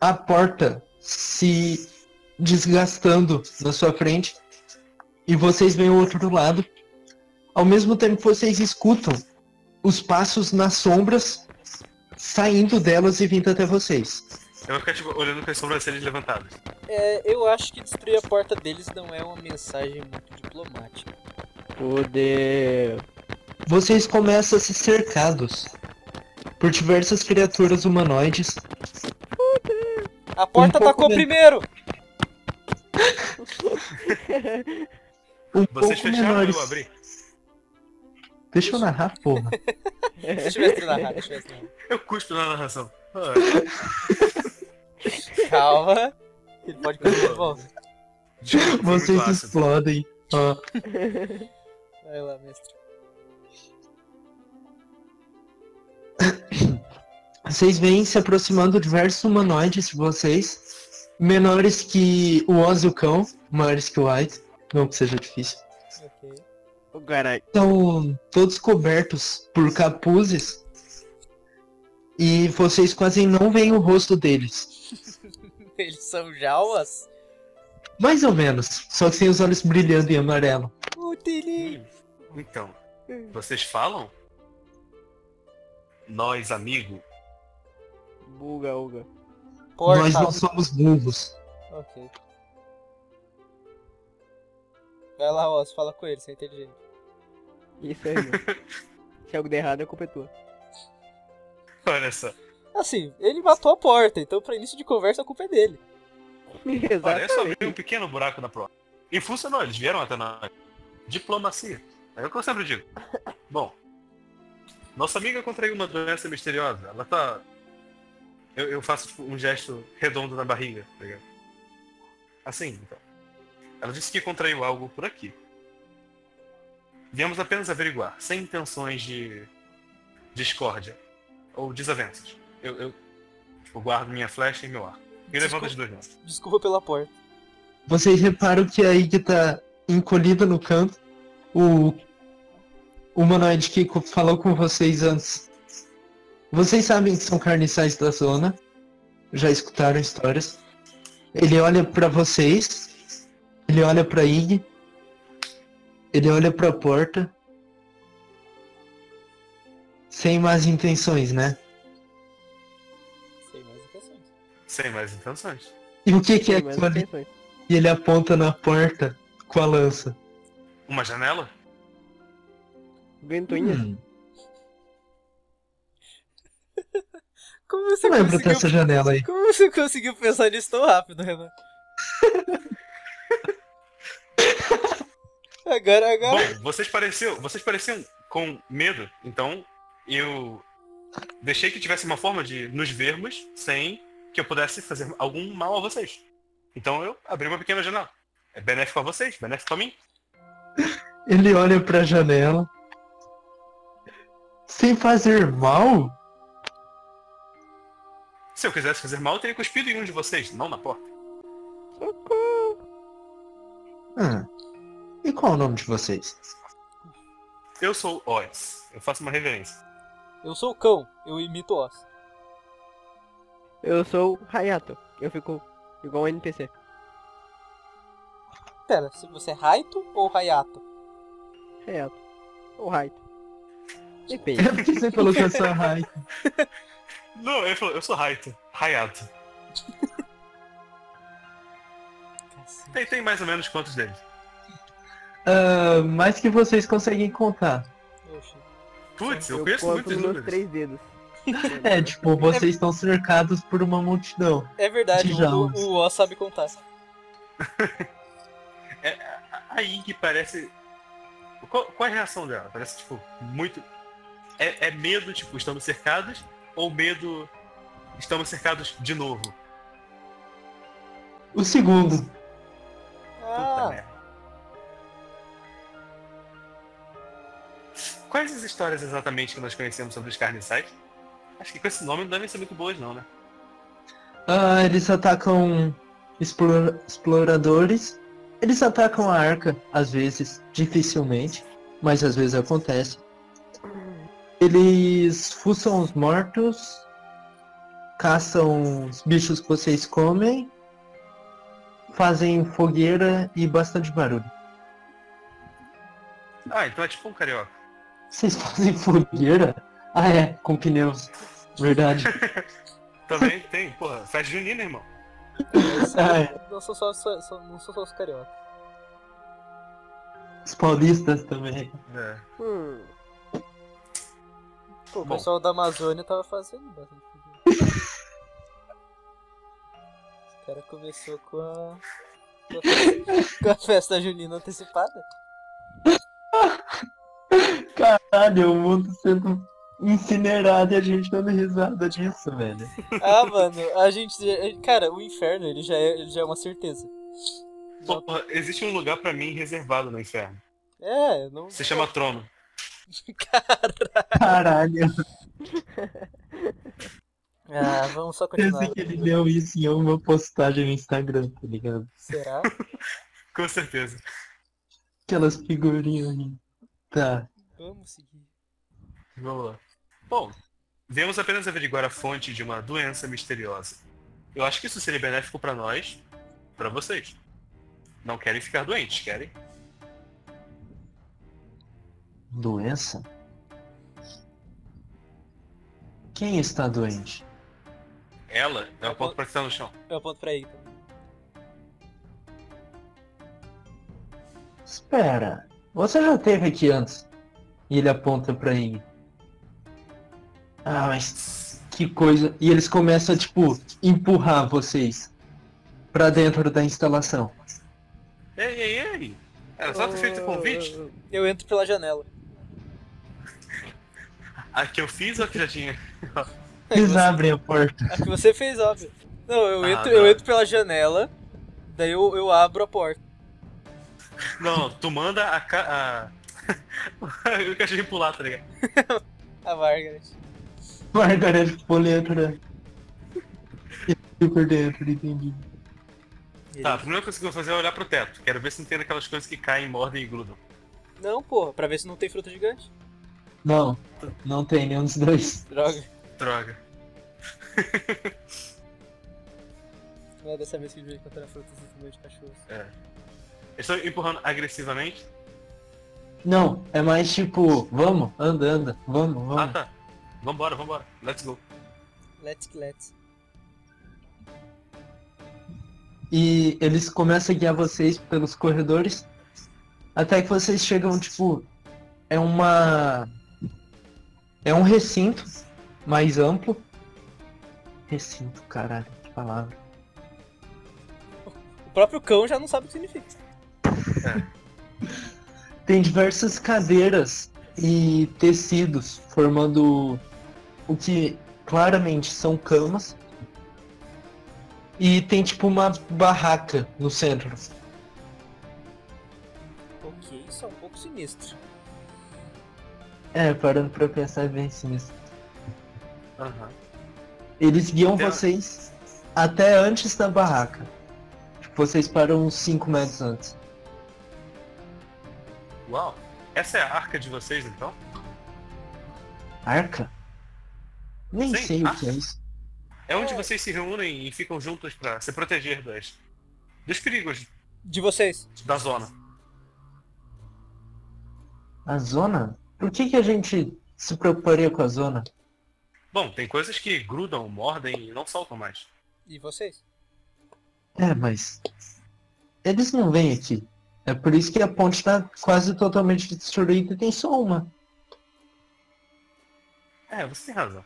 S1: a porta se desgastando na sua frente. E vocês veem o outro lado. Ao mesmo tempo que vocês escutam os passos nas sombras saindo delas e vindo até vocês.
S2: Eu vou ficar tipo, olhando com as sobrancelhas levantadas.
S4: É, eu acho que destruir a porta deles não é uma mensagem muito diplomática.
S5: Fudeu.
S1: Vocês começam a ser cercados por diversas criaturas humanoides
S4: A porta
S1: pouco
S4: atacou
S1: mesmo.
S4: primeiro!
S1: um pouco
S2: Vocês fecharam ou
S1: menores.
S2: eu abri?
S1: Deixa eu narrar, porra.
S4: Deixa eu ver se narrar, deixa eu ver se narrar.
S2: Eu cuspo na narração. Ah,
S4: Calma. Ele pode continuar de volta.
S2: desculpa, foi é muito
S1: Vocês
S2: ácido.
S1: explodem. Ah,
S4: Vai lá, mestre.
S1: Vocês vêm se aproximando diversos humanoides de vocês, menores que o Oz e o cão, maiores que o White, não que seja difícil.
S4: Ok.
S5: Ô, caralho.
S1: Estão todos cobertos por capuzes e vocês quase não veem o rosto deles.
S4: Eles são jauas?
S1: Mais ou menos, só que sem os olhos brilhando em amarelo.
S4: Utili!
S2: Então, vocês falam? Nós, amigo?
S5: Buga, uga.
S4: Porta.
S1: Nós não somos burros.
S4: Ok. Vai lá, Oz, fala com ele, você é inteligente.
S5: Isso aí, mano. Se algo der errado, a culpa é tua.
S2: Olha só.
S4: Assim, ele matou a porta, então pra início de conversa a culpa é dele.
S2: Olha, eu só abri
S5: Exatamente.
S2: um pequeno buraco na prova. E funcionou, eles vieram até nós. Diplomacia. É o que eu sempre digo. Bom, nossa amiga contraiu uma doença misteriosa. Ela tá. Eu, eu faço tipo, um gesto redondo na barriga, tá ligado? Assim, então. Ela disse que contraiu algo por aqui. Viemos apenas averiguar, sem intenções de discórdia ou desavenças. Eu, eu tipo, guardo minha flecha e meu ar. E levanto as duas mãos.
S4: Desculpa pela porta.
S1: Vocês reparam que a Ig tá encolhida no canto. O o humanoide que co- falou com vocês antes. Vocês sabem que são carniçais da zona. Já escutaram histórias. Ele olha pra vocês. Ele olha pra Ig. Ele olha pra porta. Sem más intenções, né?
S4: Sem mais intenções.
S2: Sem mais intenções.
S1: E o que, que é
S5: Sim, mas
S1: aquilo
S5: não
S1: ali?
S5: tem sonho.
S1: E ele aponta na porta com a lança.
S2: Uma janela?
S5: Ventoinha.
S1: Hum,
S4: Como você,
S1: não lembro
S4: conseguiu...
S1: dessa janela aí.
S4: Como você conseguiu pensar nisso tão rápido, Renan? agora,
S5: É.
S4: agora.
S2: Bom, vocês pareciam, vocês pareciam com medo, então eu deixei que tivesse uma forma de nos vermos sem que eu pudesse fazer algum mal a vocês. Então eu abri uma pequena janela. É benéfico a vocês, benéfico a mim.
S1: Ele olha pra janela. Sem fazer mal?
S2: Se eu quisesse fazer mal, eu teria cuspido em um de vocês, não na porta.
S1: Hum. Ah, E qual é o nome de vocês?
S2: Eu sou Oz. Eu faço uma reverência.
S4: Eu sou o cão, eu imito o Oz.
S5: Eu sou o Hayato. Eu fico igual um NPC.
S4: Pera, se você é Raito ou Hayato?
S5: Hayato. Ou Haito. Depende.
S1: É porque você falou que eu sou a Rai.
S2: Não, ele falou, eu sou Raito. Hayato.
S4: Cacete.
S2: Tem, tem mais ou menos quantos deles?
S1: Ah, mas que vocês conseguem contar.
S4: Oxi.
S2: Putz, eu,
S5: eu
S2: conheço
S5: conto
S2: muitos
S5: nos
S2: números.
S5: três dedos.
S1: É, tipo, vocês estão cercados por uma multidão.
S4: É verdade, o,
S1: Tijolos.
S4: o Oz sabe contar.
S2: A Ig parece. Qual, qual é a reação dela? Parece, tipo, muito. É, é medo, tipo, estamos cercados? Ou medo. Estamos cercados de novo? Puta
S1: O segundo.
S4: Ah,
S2: merda. Quais as histórias exatamente que nós conhecemos sobre os carniçais? Acho que com esse nome não devem ser muito boas, não, né?
S1: Ah, eles atacam explora- exploradores. Eles atacam a arca, às vezes, dificilmente, mas às vezes acontece. Eles fuçam os mortos, caçam os bichos que vocês comem, fazem fogueira e bastante barulho.
S2: Ah, então é tipo um carioca.
S1: Vocês fazem fogueira? Ah, é, com pneus. Verdade.
S2: Também tem, porra, festa junina, irmão.
S1: Ah, é.
S4: não sou só, só- só- não sou só os cariocas.
S1: Os paulistas também.
S2: É.
S5: Hum.
S4: Pô, o
S2: Bom.
S4: pessoal da Amazônia tava fazendo bastante coisa. Os cara começou com a. com a festa- com a festa junina antecipada.
S1: Caralho, o mundo sendo incinerado e a gente dando risada disso, velho.
S4: Ah, mano, a gente. Cara, o inferno ele já é, ele já é uma certeza.
S2: Porra, existe um lugar pra mim reservado no inferno.
S4: É, não.
S2: Se chama trono.
S1: Caralho,
S4: Ah, vamos só
S1: eu
S4: continuar.
S1: sei que ele deu isso em uma postagem no Instagram, tá ligado?
S4: Será?
S2: Com certeza.
S1: Aquelas figurinhas. né? Tá.
S4: Vamos seguir.
S2: Vamos lá. Bom, viemos apenas averiguar a fonte de uma doença misteriosa. Eu acho que isso seria benéfico pra nós, pra vocês. Não querem ficar doentes, querem?
S1: Doença? Quem está doente?
S2: Ela, eu aponto pra que tá no chão.
S4: Eu aponto pra aí. também.
S1: Espera, você já teve aqui antes? E ele aponta pra ele. Ah, mas que coisa. E eles começam a, tipo, empurrar vocês pra dentro da instalação.
S2: Ei, ei, ei! Era só ter feito o convite?
S4: Eu entro pela janela.
S2: A que eu fiz ou a que já tinha?
S1: Eles abrem a porta.
S4: A que você fez, óbvio. Não, eu
S2: Ah,
S4: entro,
S2: não.
S4: eu entro pela janela, daí eu, eu abro a porta.
S2: Não, tu manda a. Ca... a... o cachorro pular, tá ligado?
S4: A Margaret.
S1: Margaret Poletra. né? E por dentro, entendi.
S2: Tá, a primeira coisa que eu vou fazer é olhar pro teto. Quero ver se não tem aquelas coisas que caem, mordem e grudam.
S4: Não, porra, pra ver se não tem fruta gigante.
S1: Não, não tem nenhum dos dois.
S4: Droga.
S2: Droga.
S4: Não é dessa vez que eu devia encontrar frutas no meio de cachorro.
S2: Eles estão empurrando agressivamente?
S1: Não, é mais tipo, vamos, anda, anda, vamos,
S2: Ah,
S1: vamos.
S2: tá. Vambora, vambora. Let's go.
S4: Let's que let's.
S1: E eles começam a guiar vocês pelos corredores. Até que vocês chegam, tipo. É uma. É um recinto mais amplo. Recinto, caralho, que palavra.
S4: O próprio cão já não sabe o que significa.
S1: Tem diversas cadeiras e tecidos formando o que claramente são camas. E tem tipo uma barraca no centro.
S4: Ok, isso é um pouco sinistro.
S1: É, parando pra pensar é bem sinistro.
S2: Aham.
S1: Eles guiam
S2: Até-
S1: vocês até antes da barraca. Tipo, vocês param uns 5 metros antes.
S2: Uau. Essa é a arca de vocês, então?
S1: Arca? Nem
S2: Sim,
S1: sei o
S2: arca.
S1: que é isso.
S2: É onde vocês se reúnem e ficam juntos pra se proteger das... dos perigos
S4: De vocês.
S2: da zona.
S1: A zona? Por que, que a gente se preocuparia com a zona?
S2: Bom, tem coisas que grudam, mordem e não soltam mais.
S4: E vocês?
S1: É, mas. Eles não vêm aqui. É por isso que a ponte tá quase totalmente destruída e tem só uma.
S2: É, você tem razão.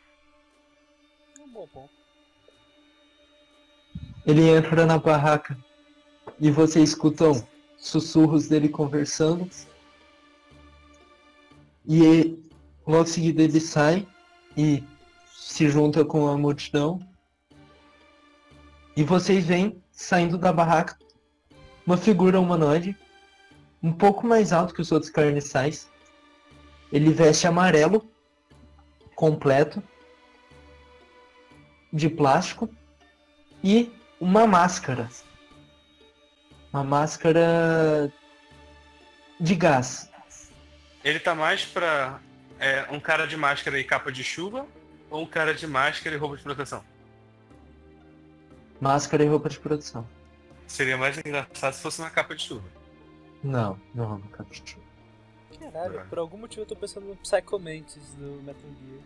S4: É um bom ponto.
S1: Ele entra na barraca e vocês escutam sussurros dele conversando. E ele- logo em seguida ele sai e se junta com a multidão. E vocês veem saindo da barraca uma figura humanoide, um pouco mais alto que os outros carniçais. Ele veste amarelo completo de plástico e uma máscara. Uma máscara de gás.
S2: Ele tá mais pra é, um cara de máscara e capa de chuva ou um cara de máscara e roupa de proteção?
S1: Máscara e roupa de produção.
S2: Seria mais engraçado se fosse uma capa de chuva.
S1: Não, não, é não capitão.
S4: Caralho,
S2: É.
S4: por algum motivo eu tô pensando no Psycho Mantis do Metal Gear.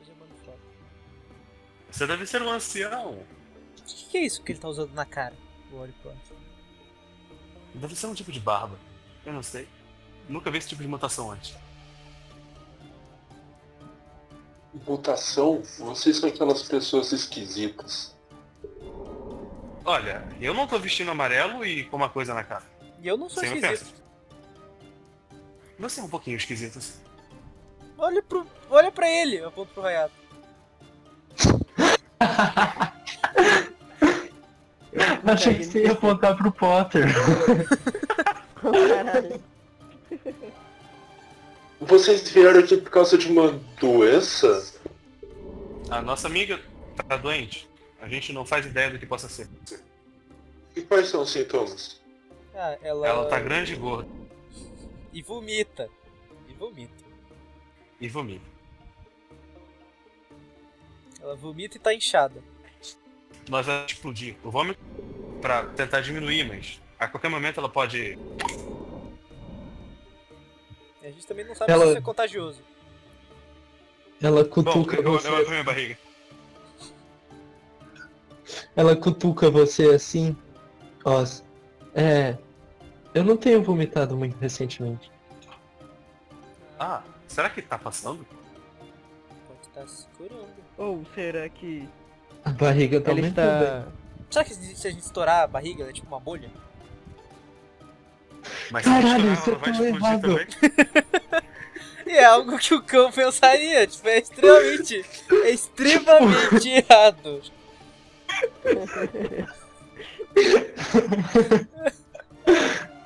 S4: Eu já mando foto.
S2: Você deve ser um ancião.
S4: O que, que é isso que ele tá usando na cara? O olho pro alto.
S2: Deve ser um tipo de barba. Eu não sei. Nunca vi esse tipo de mutação antes.
S8: Mutação? Vocês são aquelas pessoas esquisitas.
S2: Olha, eu não tô vestindo amarelo e com uma coisa na cara.
S4: E eu não sou
S2: Sem
S4: esquisito.
S2: ofensa. Você é um pouquinho esquisito. assim.
S4: Olha pro. Olha pra ele! Eu aponto pro Rayato.
S1: Eu achei que você ia apontar pro Potter.
S5: Caralho.
S8: Vocês vieram aqui por causa de uma doença?
S2: A nossa amiga tá doente. A gente não faz ideia do que possa ser.
S8: E quais são os sintomas?
S4: Ah, ela...
S2: Ela tá grande e gorda.
S4: E vomita. E vomita.
S2: E vomita.
S4: Ela vomita e tá inchada.
S2: Nós vamos explodir o vômito pra tentar diminuir, mas a qualquer momento ela pode.
S4: E a gente também não sabe
S1: Ela-
S4: se isso é contagioso.
S1: Ela
S2: Bom,
S1: cutuca
S2: eu, eu,
S1: você.
S2: eu abri minha barriga.
S1: Ela cutuca você assim. Ó. É. Eu não tenho vomitado muito recentemente.
S2: Ah, será que tá passando?
S4: Pode estar se curando.
S5: Ou será que
S1: A barriga tá
S5: ela
S1: aumentando. hein?
S5: está...
S4: Será que se a gente estourar a barriga, é tipo uma bolha?
S2: Mas
S1: Caralho,
S2: se eu estourar,
S1: isso é
S2: ela
S1: tão
S2: vai explodir
S1: elevado.
S2: também?
S4: E é algo que o cão pensaria. Tipo, é extremamente... É extremamente
S1: Tipo-
S4: errado.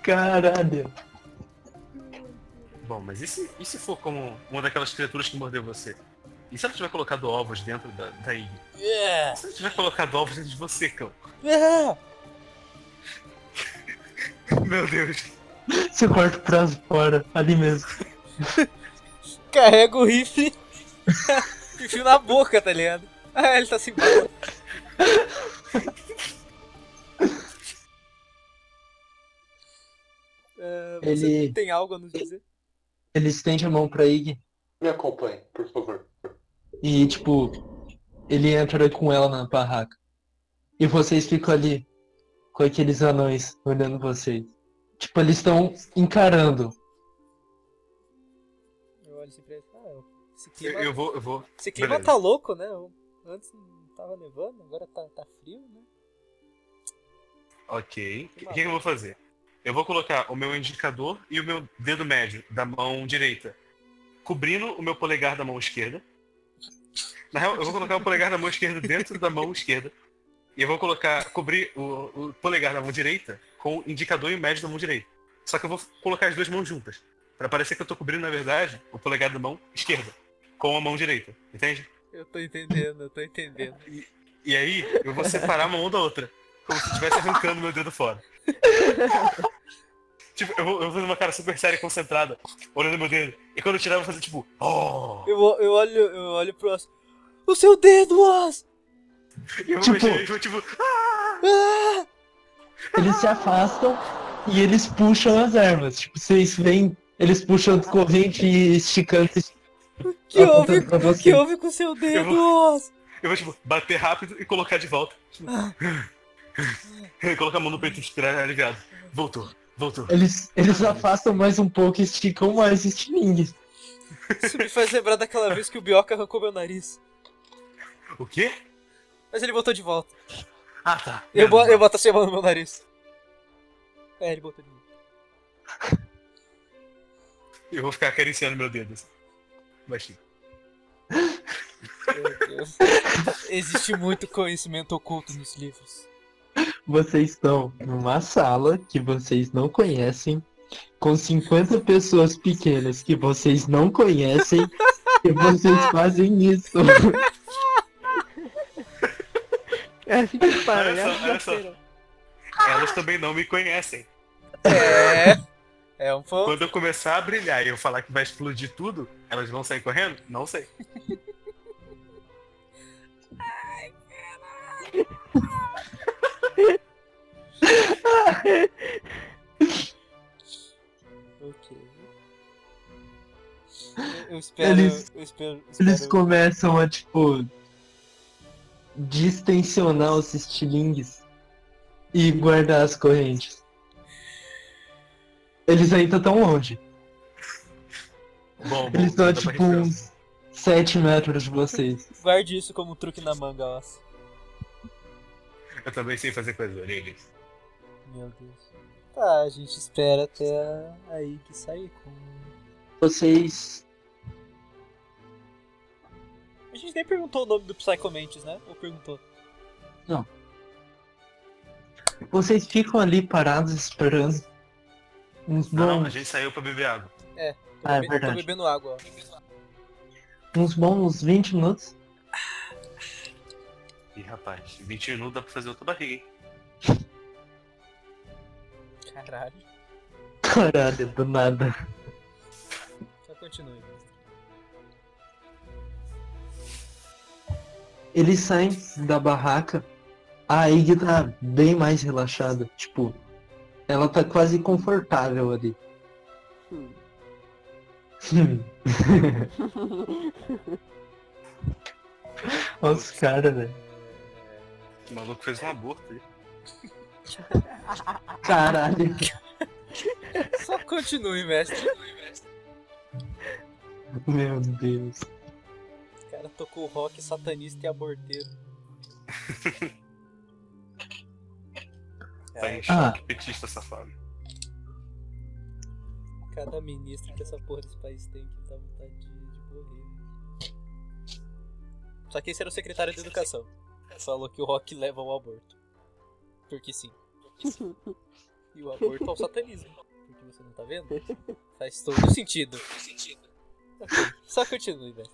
S1: Caralho.
S2: Bom, mas e se, e se for como uma daquelas criaturas que mordeu você? E se ela tiver colocado ovos dentro da, da ilha?
S4: Yeah.
S2: E se ela tiver colocado ovos dentro de você, cão?
S4: Ah.
S2: Meu Deus.
S1: Você corta o prazo fora, ali mesmo.
S4: Carrega o rifle. Enfio na boca, tá ligado? Ah, ele tá sem bala. Ah, você
S1: Ele-
S4: tem algo a nos dizer?
S1: Ele estende a mão pra Ig
S8: Me acompanhe, por favor.
S1: e, tipo, ele entra com ela na barraca. E vocês ficam ali, com aqueles anões olhando vocês. Tipo, eles estão encarando.
S4: Eu olho assim pra ele. Ah, esse
S2: Eu,
S4: clima,
S2: eu vou, eu vou.
S4: esse clima
S2: beleza.
S4: tá louco, né? Eu- Antes não tava nevando, agora tá, tá frio, né?
S2: Ok. O que, que eu vou fazer? Eu vou colocar o meu indicador e o meu dedo médio da mão direita, cobrindo o meu polegar da mão esquerda. Na real, eu vou colocar o polegar da mão esquerda dentro da mão esquerda. E eu vou colocar, cobrir o, o polegar da mão direita com o indicador e o médio da mão direita. Só que eu vou colocar as duas mãos juntas. Pra parecer que eu tô cobrindo, na verdade, o polegar da mão esquerda com a mão direita. Entende?
S4: Eu tô entendendo, eu tô entendendo.
S2: E aí, eu vou separar uma mão da outra. Como se eu estivesse arrancando meu dedo fora. tipo, eu vou, eu vou fazer uma cara super séria e concentrada, olhando meu dedo. E quando eu tirar, eu vou fazer tipo. Oh!
S4: Eu, o- eu olho, eu olho pro Oz. O seu dedo, Oz!
S2: E eu vou
S1: Tipo-
S2: mexer, e vou tipo.
S4: Ah!
S1: Eles se afastam e eles puxam as armas. Tipo, vocês veem eles puxando corrente e esticando
S4: Que houve
S1: apontando pra
S4: O que
S1: você.
S4: houve com seu dedo, Oz?
S2: Eu vou tipo, bater rápido e colocar de volta.
S4: Ah.
S2: colocar a mão no peito e tirar aliviado. Voltou, voltou.
S1: Eles, eles afastam mais um pouco e esticam mais o estilingue.
S4: Isso me faz lembrar daquela vez que o Bioca arrancou meu nariz.
S2: O quê?
S4: Mas ele botou de volta.
S2: Ah tá.
S4: Eu, bo eu boto a semana no meu nariz. É, ele botou de volta.
S2: Eu vou ficar acariciando meu dedo. assim. Baixinho.
S4: Meu Deus. Existe muito conhecimento oculto nos livros.
S1: Vocês estão numa sala que vocês não conhecem, com 50 pessoas pequenas que vocês não conhecem, e vocês fazem isso.
S5: É assim que para,
S2: Olha
S5: né?
S2: só, olha só. Elas também não me conhecem.
S4: É. É um fã.
S2: Quando eu começar a brilhar e eu falar que vai explodir tudo, elas vão sair correndo? Não sei.
S4: Ok. Eu- Eu espero.
S1: Eles-
S4: eu espero. espero-
S1: Eles começam a, tipo, distensionar os estilingues e guardar as correntes. Eles ainda estão longe,
S2: Bom, bom,
S1: Eles dão,
S2: dá pra
S1: tipo,
S2: respirar.
S1: uns 7 metros de vocês.
S4: Guarde isso como um truque na manga, Oz.
S2: Eu também sei fazer com as orelhas.
S4: Meu Deus. Tá, a gente espera até a- aí que sair com
S1: Vocês
S4: A gente nem perguntou o nome do Psychomantis, né? Ou perguntou?
S1: Não. Vocês ficam ali parados esperando. Uns
S2: Não, Ah, não, a
S1: bons,
S2: gente saiu pra beber água.
S4: Tô,
S1: Ah, é
S4: bebendo, tô
S1: verdade.
S4: bebendo água, ó.
S1: uns bons 20 minutos.
S2: Ih, rapaz, 20 minutos dá pra fazer outra barriga, hein?
S4: Caralho.
S1: Caralho, do nada.
S4: Só continue. mestre.
S1: Eles saem da barraca. A Ig tá bem mais relaxada. Tipo, ela tá quase confortável ali.
S5: Hum.
S1: Hum. Olha os caras, né? velho.
S2: O maluco fez um aborto aí.
S1: Caralho.
S4: Só continue, mestre.
S1: Meu Deus.
S4: O cara tocou rock satanista e aborteiro.
S2: Tá em
S4: É,
S2: choque, petista safado.
S4: cada ministro que essa porra desse país tem que dá vontade de, de morrer. né? Só que esse era o secretário de educação. Falou que o rock leva ao aborto. Porque sim. E o aborto ao satanismo. Porque você não tá vendo? Faz todo sentido. Ok, Só continue, velho.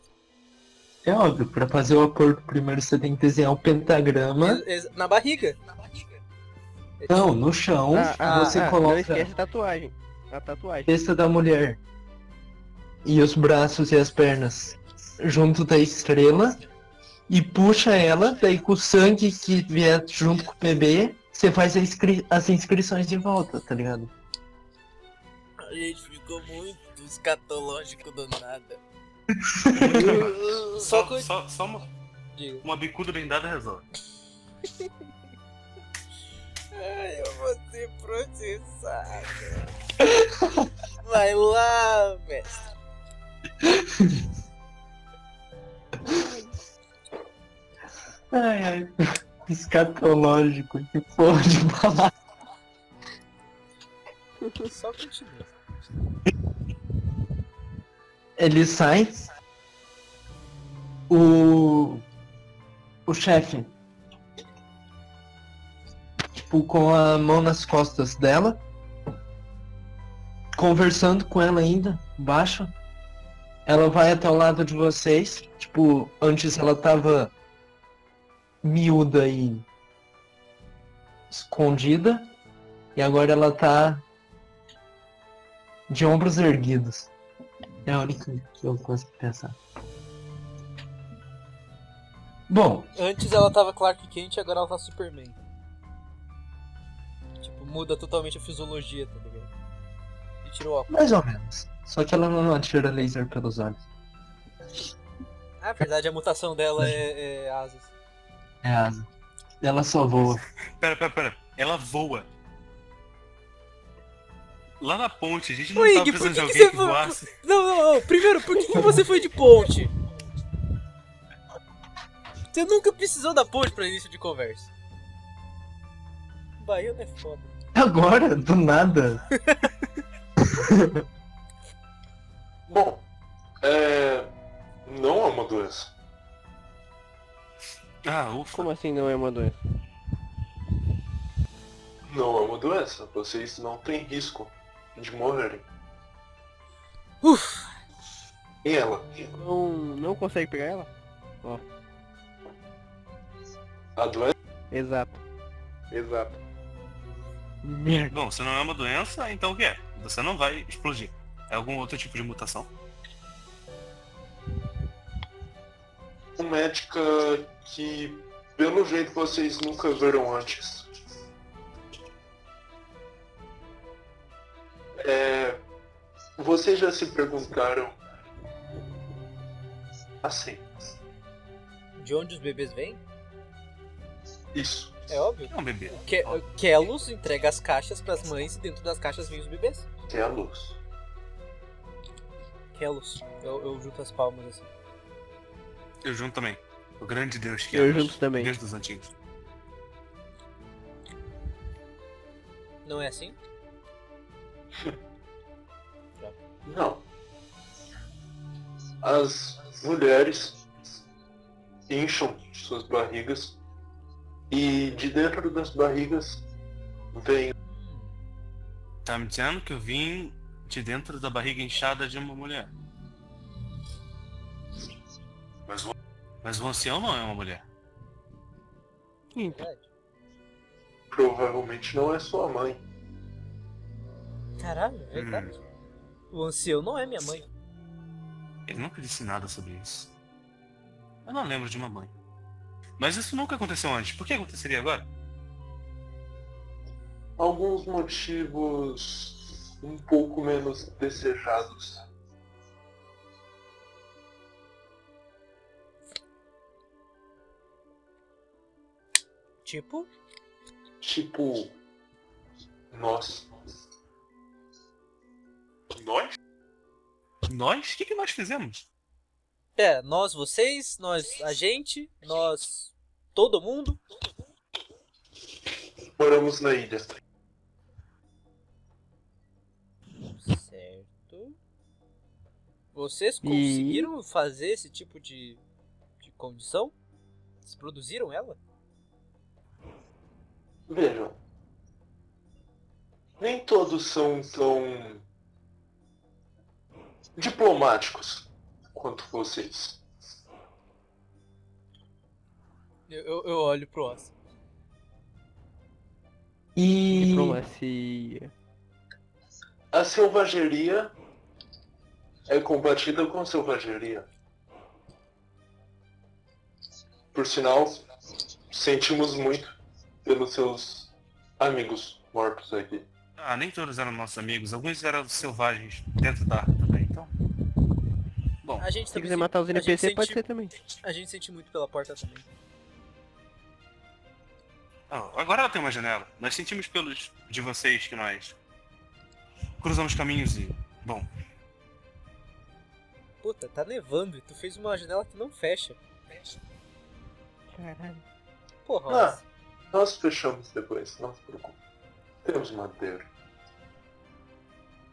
S1: É óbvio, pra fazer o acordo primeiro você tem que desenhar um pentagrama.
S4: Ex- ex- Na barriga. É
S1: Não,
S4: tipo-
S1: no chão
S5: Ah, ah,
S1: você
S5: ah, Não
S1: coloca
S5: esquece a tatuagem. A tatuagem.
S1: testa da mulher e os braços e as pernas junto da estrela e puxa ela, daí com o sangue que vier junto com o bebê, você faz a inscri- as inscrições de volta, tá ligado?
S4: A gente ficou muito escatológico do nada. Só
S2: Só,
S4: que eu
S2: só, só uma,
S4: digo.
S2: uma bicuda bem dada resolve.
S4: Ai, eu vou ser processado. Vai lá, mestre.
S1: Ai, ai. Escatológico, que porra de falar.
S4: Só continua.
S1: Ele sai. O. O chefe. Tipo, com a mão nas costas dela. Conversando com ela ainda, baixa. Ela vai até o lado de vocês. Tipo, antes ela tava miúda e escondida. E agora ela tá de ombros erguidos. É a única que eu consigo pensar. Bom,
S4: Antes ela tava Clark Kent, agora ela tá Superman. Tipo, muda totalmente a fisiologia, tá ligado? E tira o óculos.
S1: mais ou menos. Só que ela não atira laser pelos olhos.
S4: Na verdade, a mutação dela é, é asas.
S1: É asa. Ela só voa.
S2: Pera, pera, pera. Ela voa. Lá na ponte, a gente não
S4: Ô, Ig,
S2: tava
S4: por
S2: precisando de
S4: que que
S2: alguém
S4: você
S2: que
S4: vo-
S2: voasse.
S4: Não, não, não. Primeiro, por que, que você foi de ponte? Você nunca precisou da ponte pra início de conversa. Baiano é foda.
S1: Agora, do nada.
S8: Bom, é. Não é uma doença.
S2: Ah, ufa.
S5: Como assim não é uma doença?
S8: Não é uma doença. Vocês não têm risco de morrerem.
S4: Uf.
S8: E é ela?
S5: Não, não consegue pegar ela?
S8: A doença?
S5: Exato.
S8: Exato.
S1: Merda.
S2: Bom, se não é uma doença, então o que é? Você não vai explodir. É algum outro tipo de mutação?
S8: Uma médica que, pelo jeito, vocês nunca viram antes. É... Vocês já se perguntaram... Assim,
S4: De onde os bebês vêm?
S8: isso.
S4: É óbvio.
S2: Não, bebê.
S4: Ke Kelos entrega as caixas pras mães e dentro das caixas vêm os bebês.
S8: É a luz.
S4: Kelos. Eu, eu junto as palmas assim.
S2: Eu junto também. O grande Deus que é.
S5: Eu
S2: Deus-
S5: junto também.
S2: Deus dos antigos.
S4: Não é assim?
S8: Não. As mulheres incham suas barrigas e de dentro das barrigas Vem
S2: Tá me dizendo que eu vim de dentro da barriga inchada de uma mulher.
S8: Mas o,
S2: Mas o ancião não é uma mulher.
S9: Então,
S8: provavelmente não é sua mãe.
S4: Caralho, é verdade. O ancião não é minha mãe.
S2: Ele nunca disse nada sobre isso. Eu não lembro de uma mãe. Mas isso nunca aconteceu antes. Por que aconteceria agora?
S8: Alguns motivos um pouco menos desejados.
S4: Tipo,
S8: Tipo. Nós. Nós?
S2: Nós? O que, que nós fizemos?
S4: é, nós, vocês, nós, a gente, nós, todo mundo.
S8: Moramos na ilha.
S4: Certo. Vocês conseguiram fazer esse tipo de, de condição? Vocês produziram ela?
S8: Vejam. Nem todos são tão diplomáticos quanto vocês.
S4: Eu, eu, eu olho pro Oz.
S1: E.
S9: diplomacia.
S8: A selvageria é combatida com selvageria. Por sinal, sentimos muito pelos seus amigos mortos aqui.
S2: Ah, nem todos eram nossos amigos. Alguns eram selvagens dentro da arca também, então. Bom,
S4: A gente
S9: Se
S4: também
S9: quiser matar os
S4: a gente
S9: NPC, pode
S4: sente-
S9: ser também.
S4: A gente sente muito pela porta também.
S2: Ah, agora ela tem uma janela. Nós sentimos pelos de vocês que nós cruzamos caminhos e. Bom,
S4: Puta, tá nevando e tu fez uma janela que não fecha.
S9: Caralho.
S4: Porra,
S8: Ah.
S4: Oz.
S8: Nós fechamos depois, não se preocupe. Temos madeira.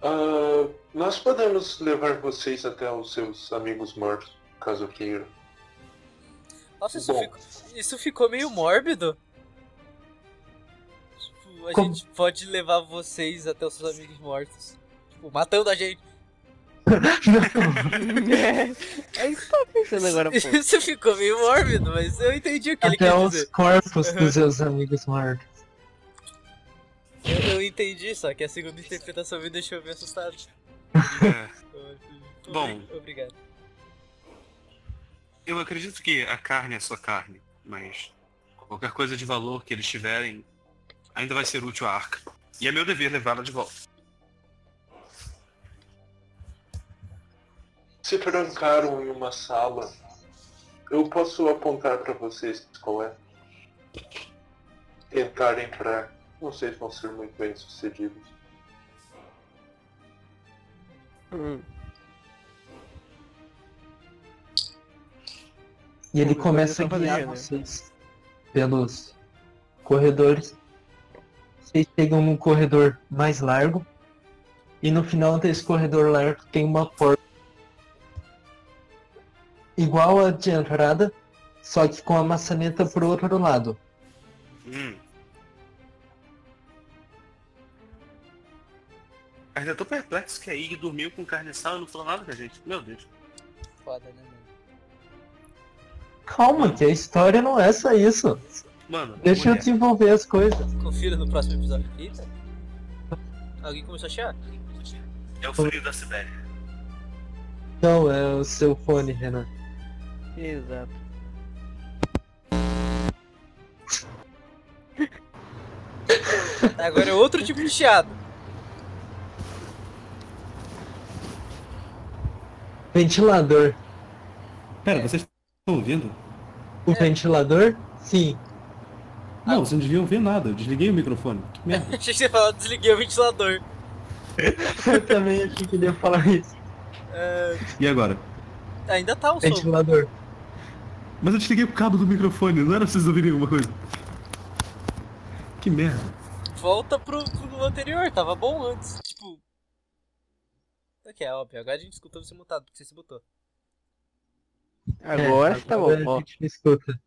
S8: Ah, nós podemos levar vocês até os seus amigos mortos, caso queiram.
S4: Nossa, isso,
S8: Bom.
S4: ficou, isso ficou meio mórbido. Tipo, a
S1: Como?
S4: gente pode levar vocês até os seus amigos mortos. Tipo, matando a gente.
S9: É isso que eu tava pensando agora, pô.
S4: Isso ficou meio mórbido, mas eu entendi o que ele
S1: Até
S4: quer
S1: os
S4: dizer.
S1: corpos dos seus amigos mortos.
S4: Eu, eu entendi, só que a segunda interpretação me deixou meio assustado.
S2: é,
S4: Eu- eu-
S2: Bom.
S4: Obrigado.
S2: eu acredito que a carne é só carne, mas qualquer coisa de valor que eles tiverem ainda vai ser útil à arca. E é meu dever levá-la de volta.
S8: Se trancaram em uma sala, eu posso apontar pra vocês qual é. Tentar entrar. Não sei se vão ser muito bem sucedidos.
S9: Hum,
S1: E ele
S9: Como
S1: começa a
S9: eu tô
S1: guiar
S9: fazendo, né?
S1: vocês pelos corredores. Vocês chegam num corredor mais largo. E no final desse corredor largo tem uma porta. Igual a de entrada, só que com a maçaneta pro outro lado.
S2: Hum. Ainda tô perplexo que a Ig dormiu com carne assada e não falou nada com a gente. Meu Deus.
S4: Foda, né, mano?
S1: Calma, que a história não é só isso.
S2: Mano,
S1: Deixa eu
S2: mulher.
S1: desenvolver as coisas.
S4: Confira no próximo episódio. Eita. Alguém começou a chiar?
S2: é o frio da Sibéria.
S1: Não, é o seu fone, Renan.
S9: exato.
S4: Agora é outro tipo de chiado.
S1: Ventilador.
S10: Pera, vocês estão ouvindo?
S1: O ventilador? Sim.
S10: Não, vocês não deviam ouvir nada. Eu desliguei o microfone. Que merda.
S4: Achei que você ia falar, desliguei o ventilador.
S1: Eu também achei que ele ia falar isso.
S10: E agora?
S4: É, Ainda tá o som.
S1: Ventilador.
S10: Mas eu desliguei o cabo do microfone, não era pra vocês ouvirem alguma coisa. Que merda.
S4: Volta pro, pro anterior, tava bom antes. Tipo. Ok, é óbvio. Agora a gente escutou você mutado, porque você se botou.
S9: Agora tá bom,
S1: agora A
S9: ó.
S1: gente não escuta.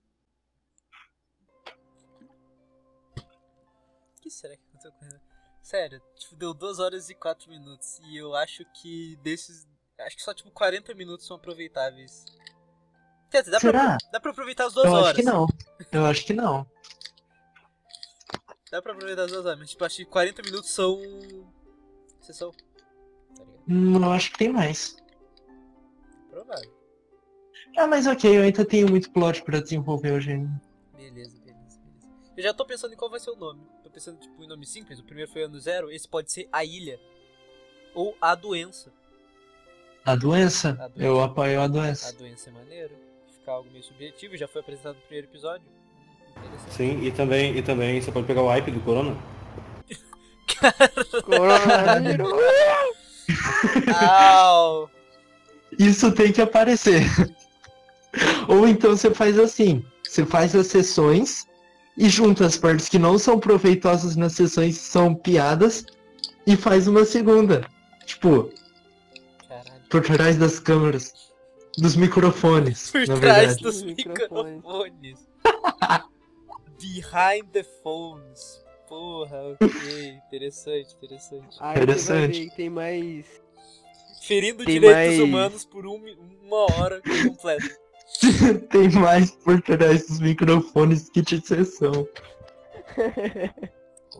S4: O que será que aconteceu? aconteceu com ele. Sério, tipo, deu 2 horas e 4 minutos. E eu acho que desses. Acho que só tipo 40 minutos são aproveitáveis. Quer dizer, dá, pra,
S1: Será?
S4: dá pra aproveitar as 2
S1: Eu
S4: horas.
S1: acho que não. Eu acho que não.
S4: Dá pra aproveitar as 2 horas, mas tipo, acho que 40 minutos são. Sessão. Tá ligado?
S1: Hum, Eu acho que tem mais.
S4: Provável.
S1: Ah, mas ok, eu ainda tenho muito plot pra desenvolver hoje ainda.
S4: Beleza, beleza, beleza. Eu já tô pensando em qual vai ser o nome. Tô pensando, tipo, em nome simples. O primeiro foi ano zero, esse pode ser a ilha. Ou a doença.
S1: A doença?
S4: A doença.
S1: Eu apoio a
S4: A
S1: doença.
S4: doença é maneiro. Ficar algo meio subjetivo, já foi apresentado no primeiro episódio. Hum, Interessante.
S11: Sim, e também, e também você pode pegar o hype do Corona.
S1: Caralho,
S4: Au!
S1: Isso tem que aparecer. Ou então você faz assim: você faz as sessões e junta as partes que não são proveitosas nas sessões, são piadas, e faz uma segunda. Tipo,
S4: Caralho.
S1: por trás das câmeras, dos microfones,
S4: Por
S1: na
S4: trás
S1: verdade.
S4: dos
S9: Microfones.
S4: microfones. Behind the phones. Porra, ok. Interessante, interessante.
S9: Aí você vai
S1: Interessante.
S9: ver que Tem mais.
S4: Ferindo
S9: Tem
S4: direitos
S9: mais-
S4: humanos por um mi- uma hora completa.
S1: Tem mais por trás dos microfones que de sessão.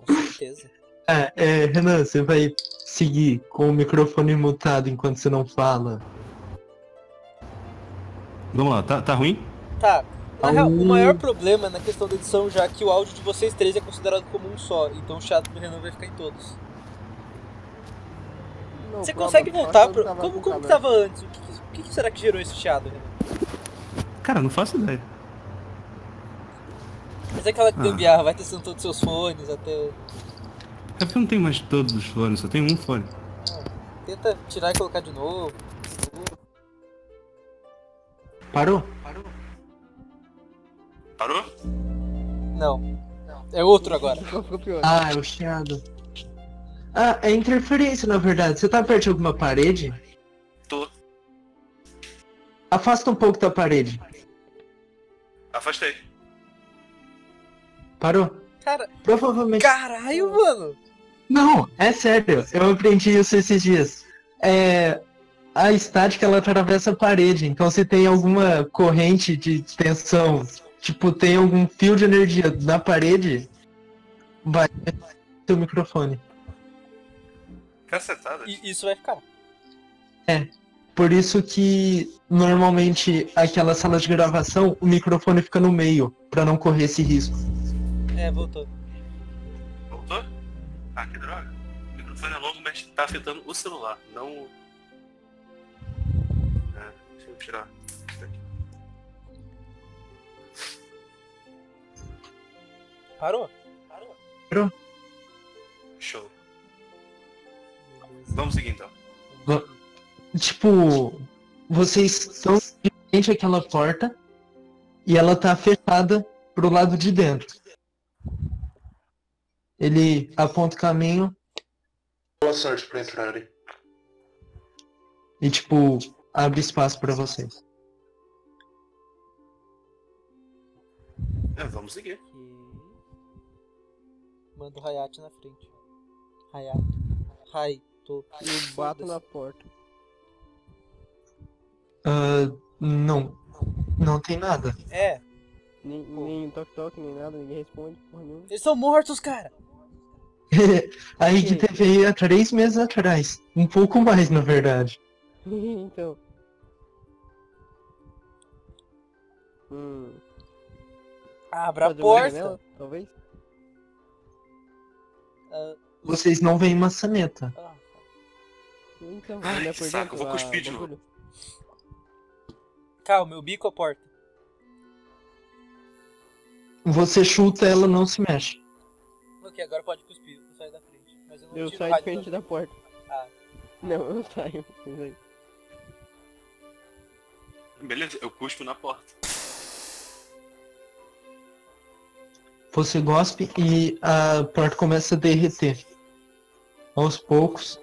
S4: Com certeza.
S1: Ah, é, Renan, você vai seguir com o microfone mutado enquanto você não fala.
S11: Vamos lá, tá, tá ruim?
S4: Tá. Na real, o
S1: Au.
S4: maior problema é na questão da edição, já que o áudio de vocês três é considerado como um só, então o chato do Renan vai ficar em todos.
S9: Não,
S4: Você
S9: calma,
S4: consegue
S9: calma,
S4: voltar
S9: calma,
S4: pro.
S9: calma,
S4: Como, como
S9: calma.
S4: que tava antes? O que, que- o que que será que gerou esse chiado, Renan?
S10: Cara, não faço ideia.
S4: Mas é aquela gambiarra, vai testando todos os seus fones até.
S10: É porque eu não tenho mais todos os fones, só tenho um fone.
S4: Tenta tirar e colocar de novo.
S1: Parou?
S2: Parou?
S4: Não. É outro agora.
S9: Ficou, ficou pior.
S1: Ah, é o chiado. Ah, é interferência, na verdade. Você tá perto de alguma parede?
S2: Tô.
S1: Afasta um pouco da parede.
S2: Afastei.
S1: Parou?
S4: Cara,
S1: Provavelmente.
S4: caralho, mano.
S1: Não, é sério. Eu aprendi isso esses dias. É. A estática ela atravessa a parede, então se tem alguma corrente de tensão, tipo, tem algum fio de energia na parede, vai seu microfone.
S2: Cacetada.
S4: E isso vai ficar.
S1: Por isso que normalmente aquela sala de gravação, o microfone fica no meio, pra não correr esse risco.
S4: É, voltou.
S2: Voltou? Ah, que droga. O microfone é longo, mas tá afetando o celular, não o. É, deixa eu tirar isso daqui.
S4: Parou?
S2: Show. Vamos seguir então.
S1: Tipo, vocês estão de frente àquela porta e ela tá fechada pro lado de dentro. Ele aponta o caminho
S8: Boa sorte pra entrarem.
S1: e tipo abre espaço pra vocês.
S2: É, vamos seguir.
S4: Manda o Hayate na frente. Hayate. Hai. Tô.
S9: Eu bato na porta.
S1: Ah, não, não tem nada.
S4: É.
S9: Nem, nem toque-toque, nem nada, ninguém responde, porra nenhuma.
S4: Eles são mortos, cara.
S1: A gente teve há três meses atrás, um pouco mais na verdade.
S9: então. Hum.
S4: Abra a
S9: fazer uma
S4: porta.
S9: janela, Talvez?
S1: Vocês não veem maçaneta.
S4: Ah,
S9: Então,
S2: Ai,
S9: olhar
S2: que
S9: por
S2: saco, eu vou
S9: dentro,
S2: cuspir
S9: ah,
S2: de novo.
S9: bagulho.
S4: calma, eu bico é a porta.
S1: Você chuta, ela não se mexe.
S4: Ok, agora pode cuspir. Eu saio da frente. Mas eu não
S9: Eu
S4: tiro o
S9: saio de
S4: rádio
S9: frente da porta.
S4: Ah.
S9: Não, eu saio. eu saio.
S2: Beleza, eu cuspo na porta.
S1: Você gospe e a porta começa a derreter. Aos poucos.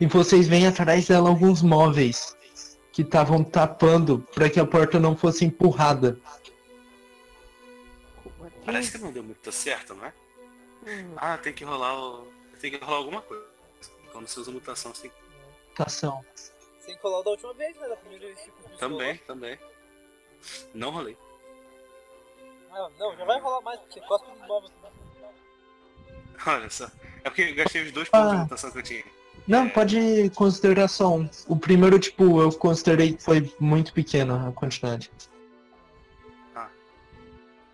S1: E vocês veem atrás dela alguns móveis que estavam tapando para que a porta não fosse empurrada.
S2: Parece que não deu muito certo, não é? Ah, tem que rolar o... Tem que rolar alguma coisa. Quando você usa mutação, você tem que-
S1: Tação.
S4: Sem colar o da última vez, né? Da primeira vez tipo, você
S2: Também, também. Não rolei.
S4: colou. Ah, não, já vai rolar mais, porque cospe dos móveis.
S2: Olha só. É porque eu gastei os dois pontos de
S1: Ah.
S2: mutação que eu tinha.
S1: Não, pode considerar só um. O primeiro, tipo, eu considerei que foi muito pequena a quantidade.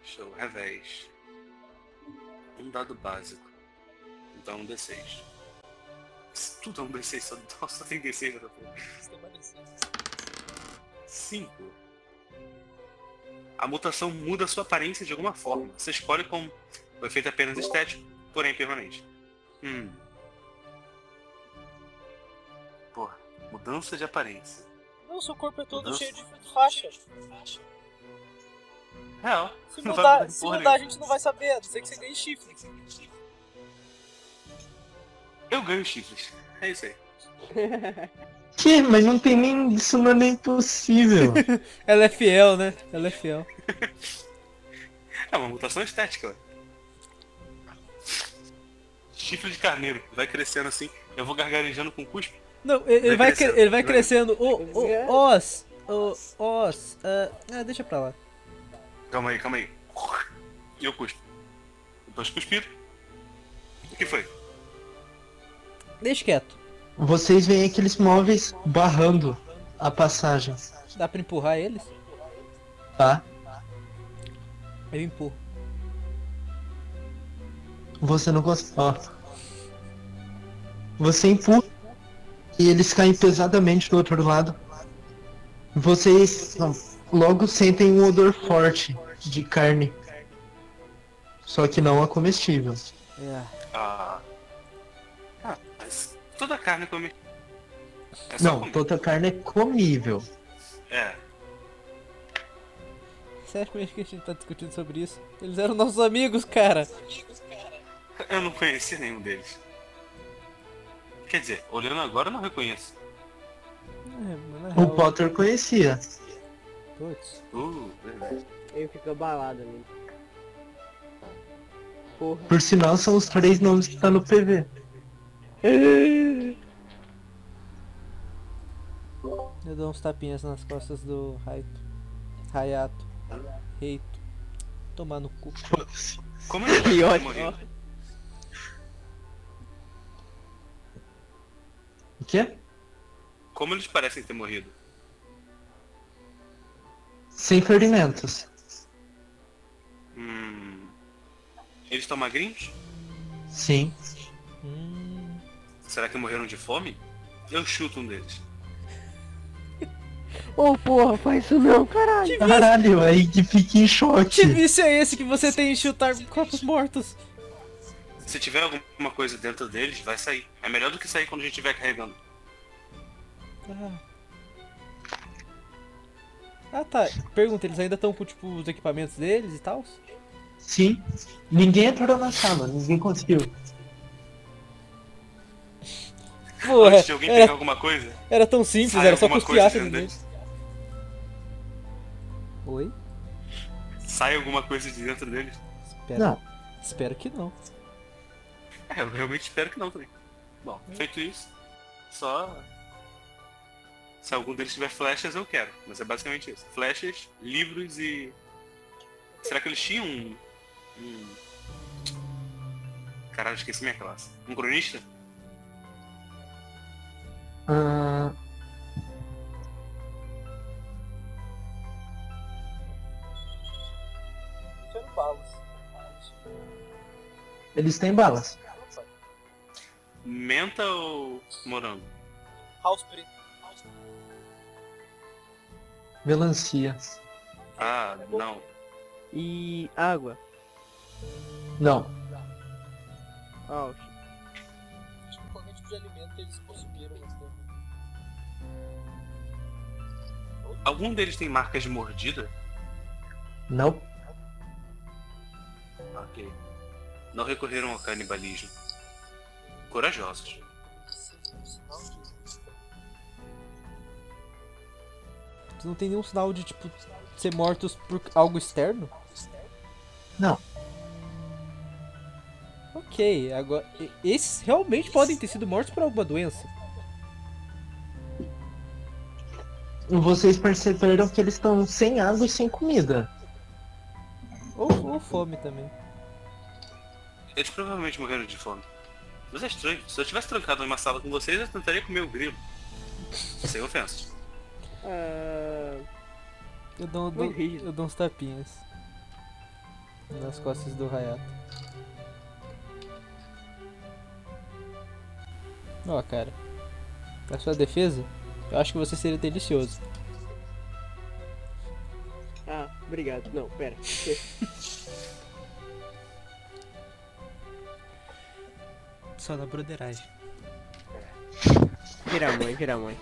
S2: Show, revés. é Um dado básico. Então um D6. Se Tudo é um D6, só, só tem D6 nessa porra.
S4: Você tem mais licença.
S2: 5. A mutação muda sua aparência de alguma forma. Você escolhe como. O efeito é apenas estético, porém permanente. Hum. Porra, mudança de aparência.
S4: Não, seu corpo é todo
S2: Mudança.
S4: cheio de faixa.
S2: Real.
S4: Se
S2: Não vai
S4: mudar,
S2: mudar
S4: se
S2: porra
S4: mudar a
S2: nenhuma.
S4: gente não vai saber, a não ser que você ganhe chifre.
S2: Eu ganho chifres. É isso aí.
S1: Que? Mas não tem nem. Isso não é nem possível.
S3: Ela é fiel, né? Ela é fiel.
S2: É uma mutação estética, ué. Chifre de carneiro. Vai crescendo assim. Eu vou gargarejando com cuspe.
S3: Não, ele, ele vai,
S2: Vai
S3: cre-
S2: crescendo,
S3: ele vai
S2: vai.
S3: crescendo. Ô, ô, Os, ô, Os. ah, ah, deixa pra lá.
S2: Calma aí, calma aí. E eu cuspo. Dois cuspidos. O que foi?
S3: Deixa quieto.
S1: Vocês veem aqueles móveis barrando a passagem,
S3: Dá pra empurrar eles?
S1: tá?
S3: Eu empurro.
S1: Você não consegue. Ó. Você empurra e eles caem pesadamente do outro lado. Vocês ó, logo sentem um odor forte de carne. Só que não é comestível.
S3: É.
S2: Ah. Ah, mas toda carne come. É só
S1: Não,
S2: comer.
S1: toda carne é comível.
S2: É.
S3: Você acha mesmo que a gente tá discutindo sobre isso? Eles eram nossos amigos, cara.
S2: Eu não conheci nenhum deles. Quer dizer, olhando agora eu não reconheço.
S3: É, mano, na
S1: O
S3: real.
S1: Potter conhecia.
S3: Putz.
S2: Uh, verdade.
S9: Ele fica abalado ali. Porra.
S1: Por sinal, são os três nomes que tá no PV.
S3: Eu dou uns tapinhas nas costas do Raito. Rayato. Reito. Tomar no cu.
S2: Como é que
S9: Que
S2: eu
S9: ótimo.
S2: morri?
S1: O quê?
S2: Como eles parecem ter morrido?
S1: Sem ferimentos.
S2: Hum. Eles estão magrinhos?
S1: Sim.
S3: Hum.
S2: Será que morreram de fome? Eu chuto um deles.
S9: Ô porra, faz isso não, caralho.
S1: Caralho, aí que fica em
S3: Que
S1: choque.
S3: vício é esse que você tem em chutar corpos mortos?
S2: Se tiver alguma coisa dentro deles, vai sair. É melhor do que sair quando a gente estiver carregando.
S3: Ah tá, pergunta, eles ainda estão com tipo os equipamentos deles e tal?
S1: Sim. Ninguém entrou na sala, ninguém conseguiu.
S3: Porra,
S2: Antes de alguém pegar
S3: era,
S2: alguma coisa,
S3: é, era tão simples,
S2: sai
S3: era só
S2: alguma
S3: cuspir
S2: coisa
S3: ácido
S2: dentro
S3: neles.
S2: deles.
S3: Oi?
S2: Sai alguma coisa de dentro deles.
S3: Espera.
S1: Não.
S3: Espero que não.
S2: É, eu realmente espero que não também. Bom, feito isso, só. Se algum deles tiver flechas, eu quero. Mas é basicamente isso. Flechas, livros e. Será que eles tinham um. um... Caralho, esqueci minha classe. Um cronista?
S1: Ah,
S4: Tirando balas.
S1: eles têm balas.
S2: Menta ou morango?
S4: House preto.
S1: Melancia.
S2: Ah, não.
S9: E água.
S1: Não.
S9: Ó,
S4: Tipo, qualquer tipo de alimento eles consumiram. mas não-
S2: Algum deles tem marcas de mordida?
S1: Não.
S2: Ok. Não recorreram ao canibalismo. Corajosos.
S3: Eles não tem nenhum sinal de tipo ser mortos por algo externo?
S1: Não.
S3: Ok.
S4: Ok, agora. e- Esses realmente podem ter sido mortos por alguma doença.
S1: Vocês perceberam que eles estão sem água e sem comida.
S4: Ou, ou fome também.
S2: Eles provavelmente morreram de fome. Mas é estranho. Se eu tivesse trancado em uma sala com vocês, eu tentaria comer o grilo. Sem ofensa.
S4: Eu dou, eu dou,
S5: Muito rígido.
S4: eu dou uns tapinhas. Nas costas do Hayato. Ó, cara. Na sua defesa, eu acho que você seria delicioso.
S5: Ah, obrigado. Não, pera.
S4: Só na broderagem.
S5: Vira a mãe, vira a mãe.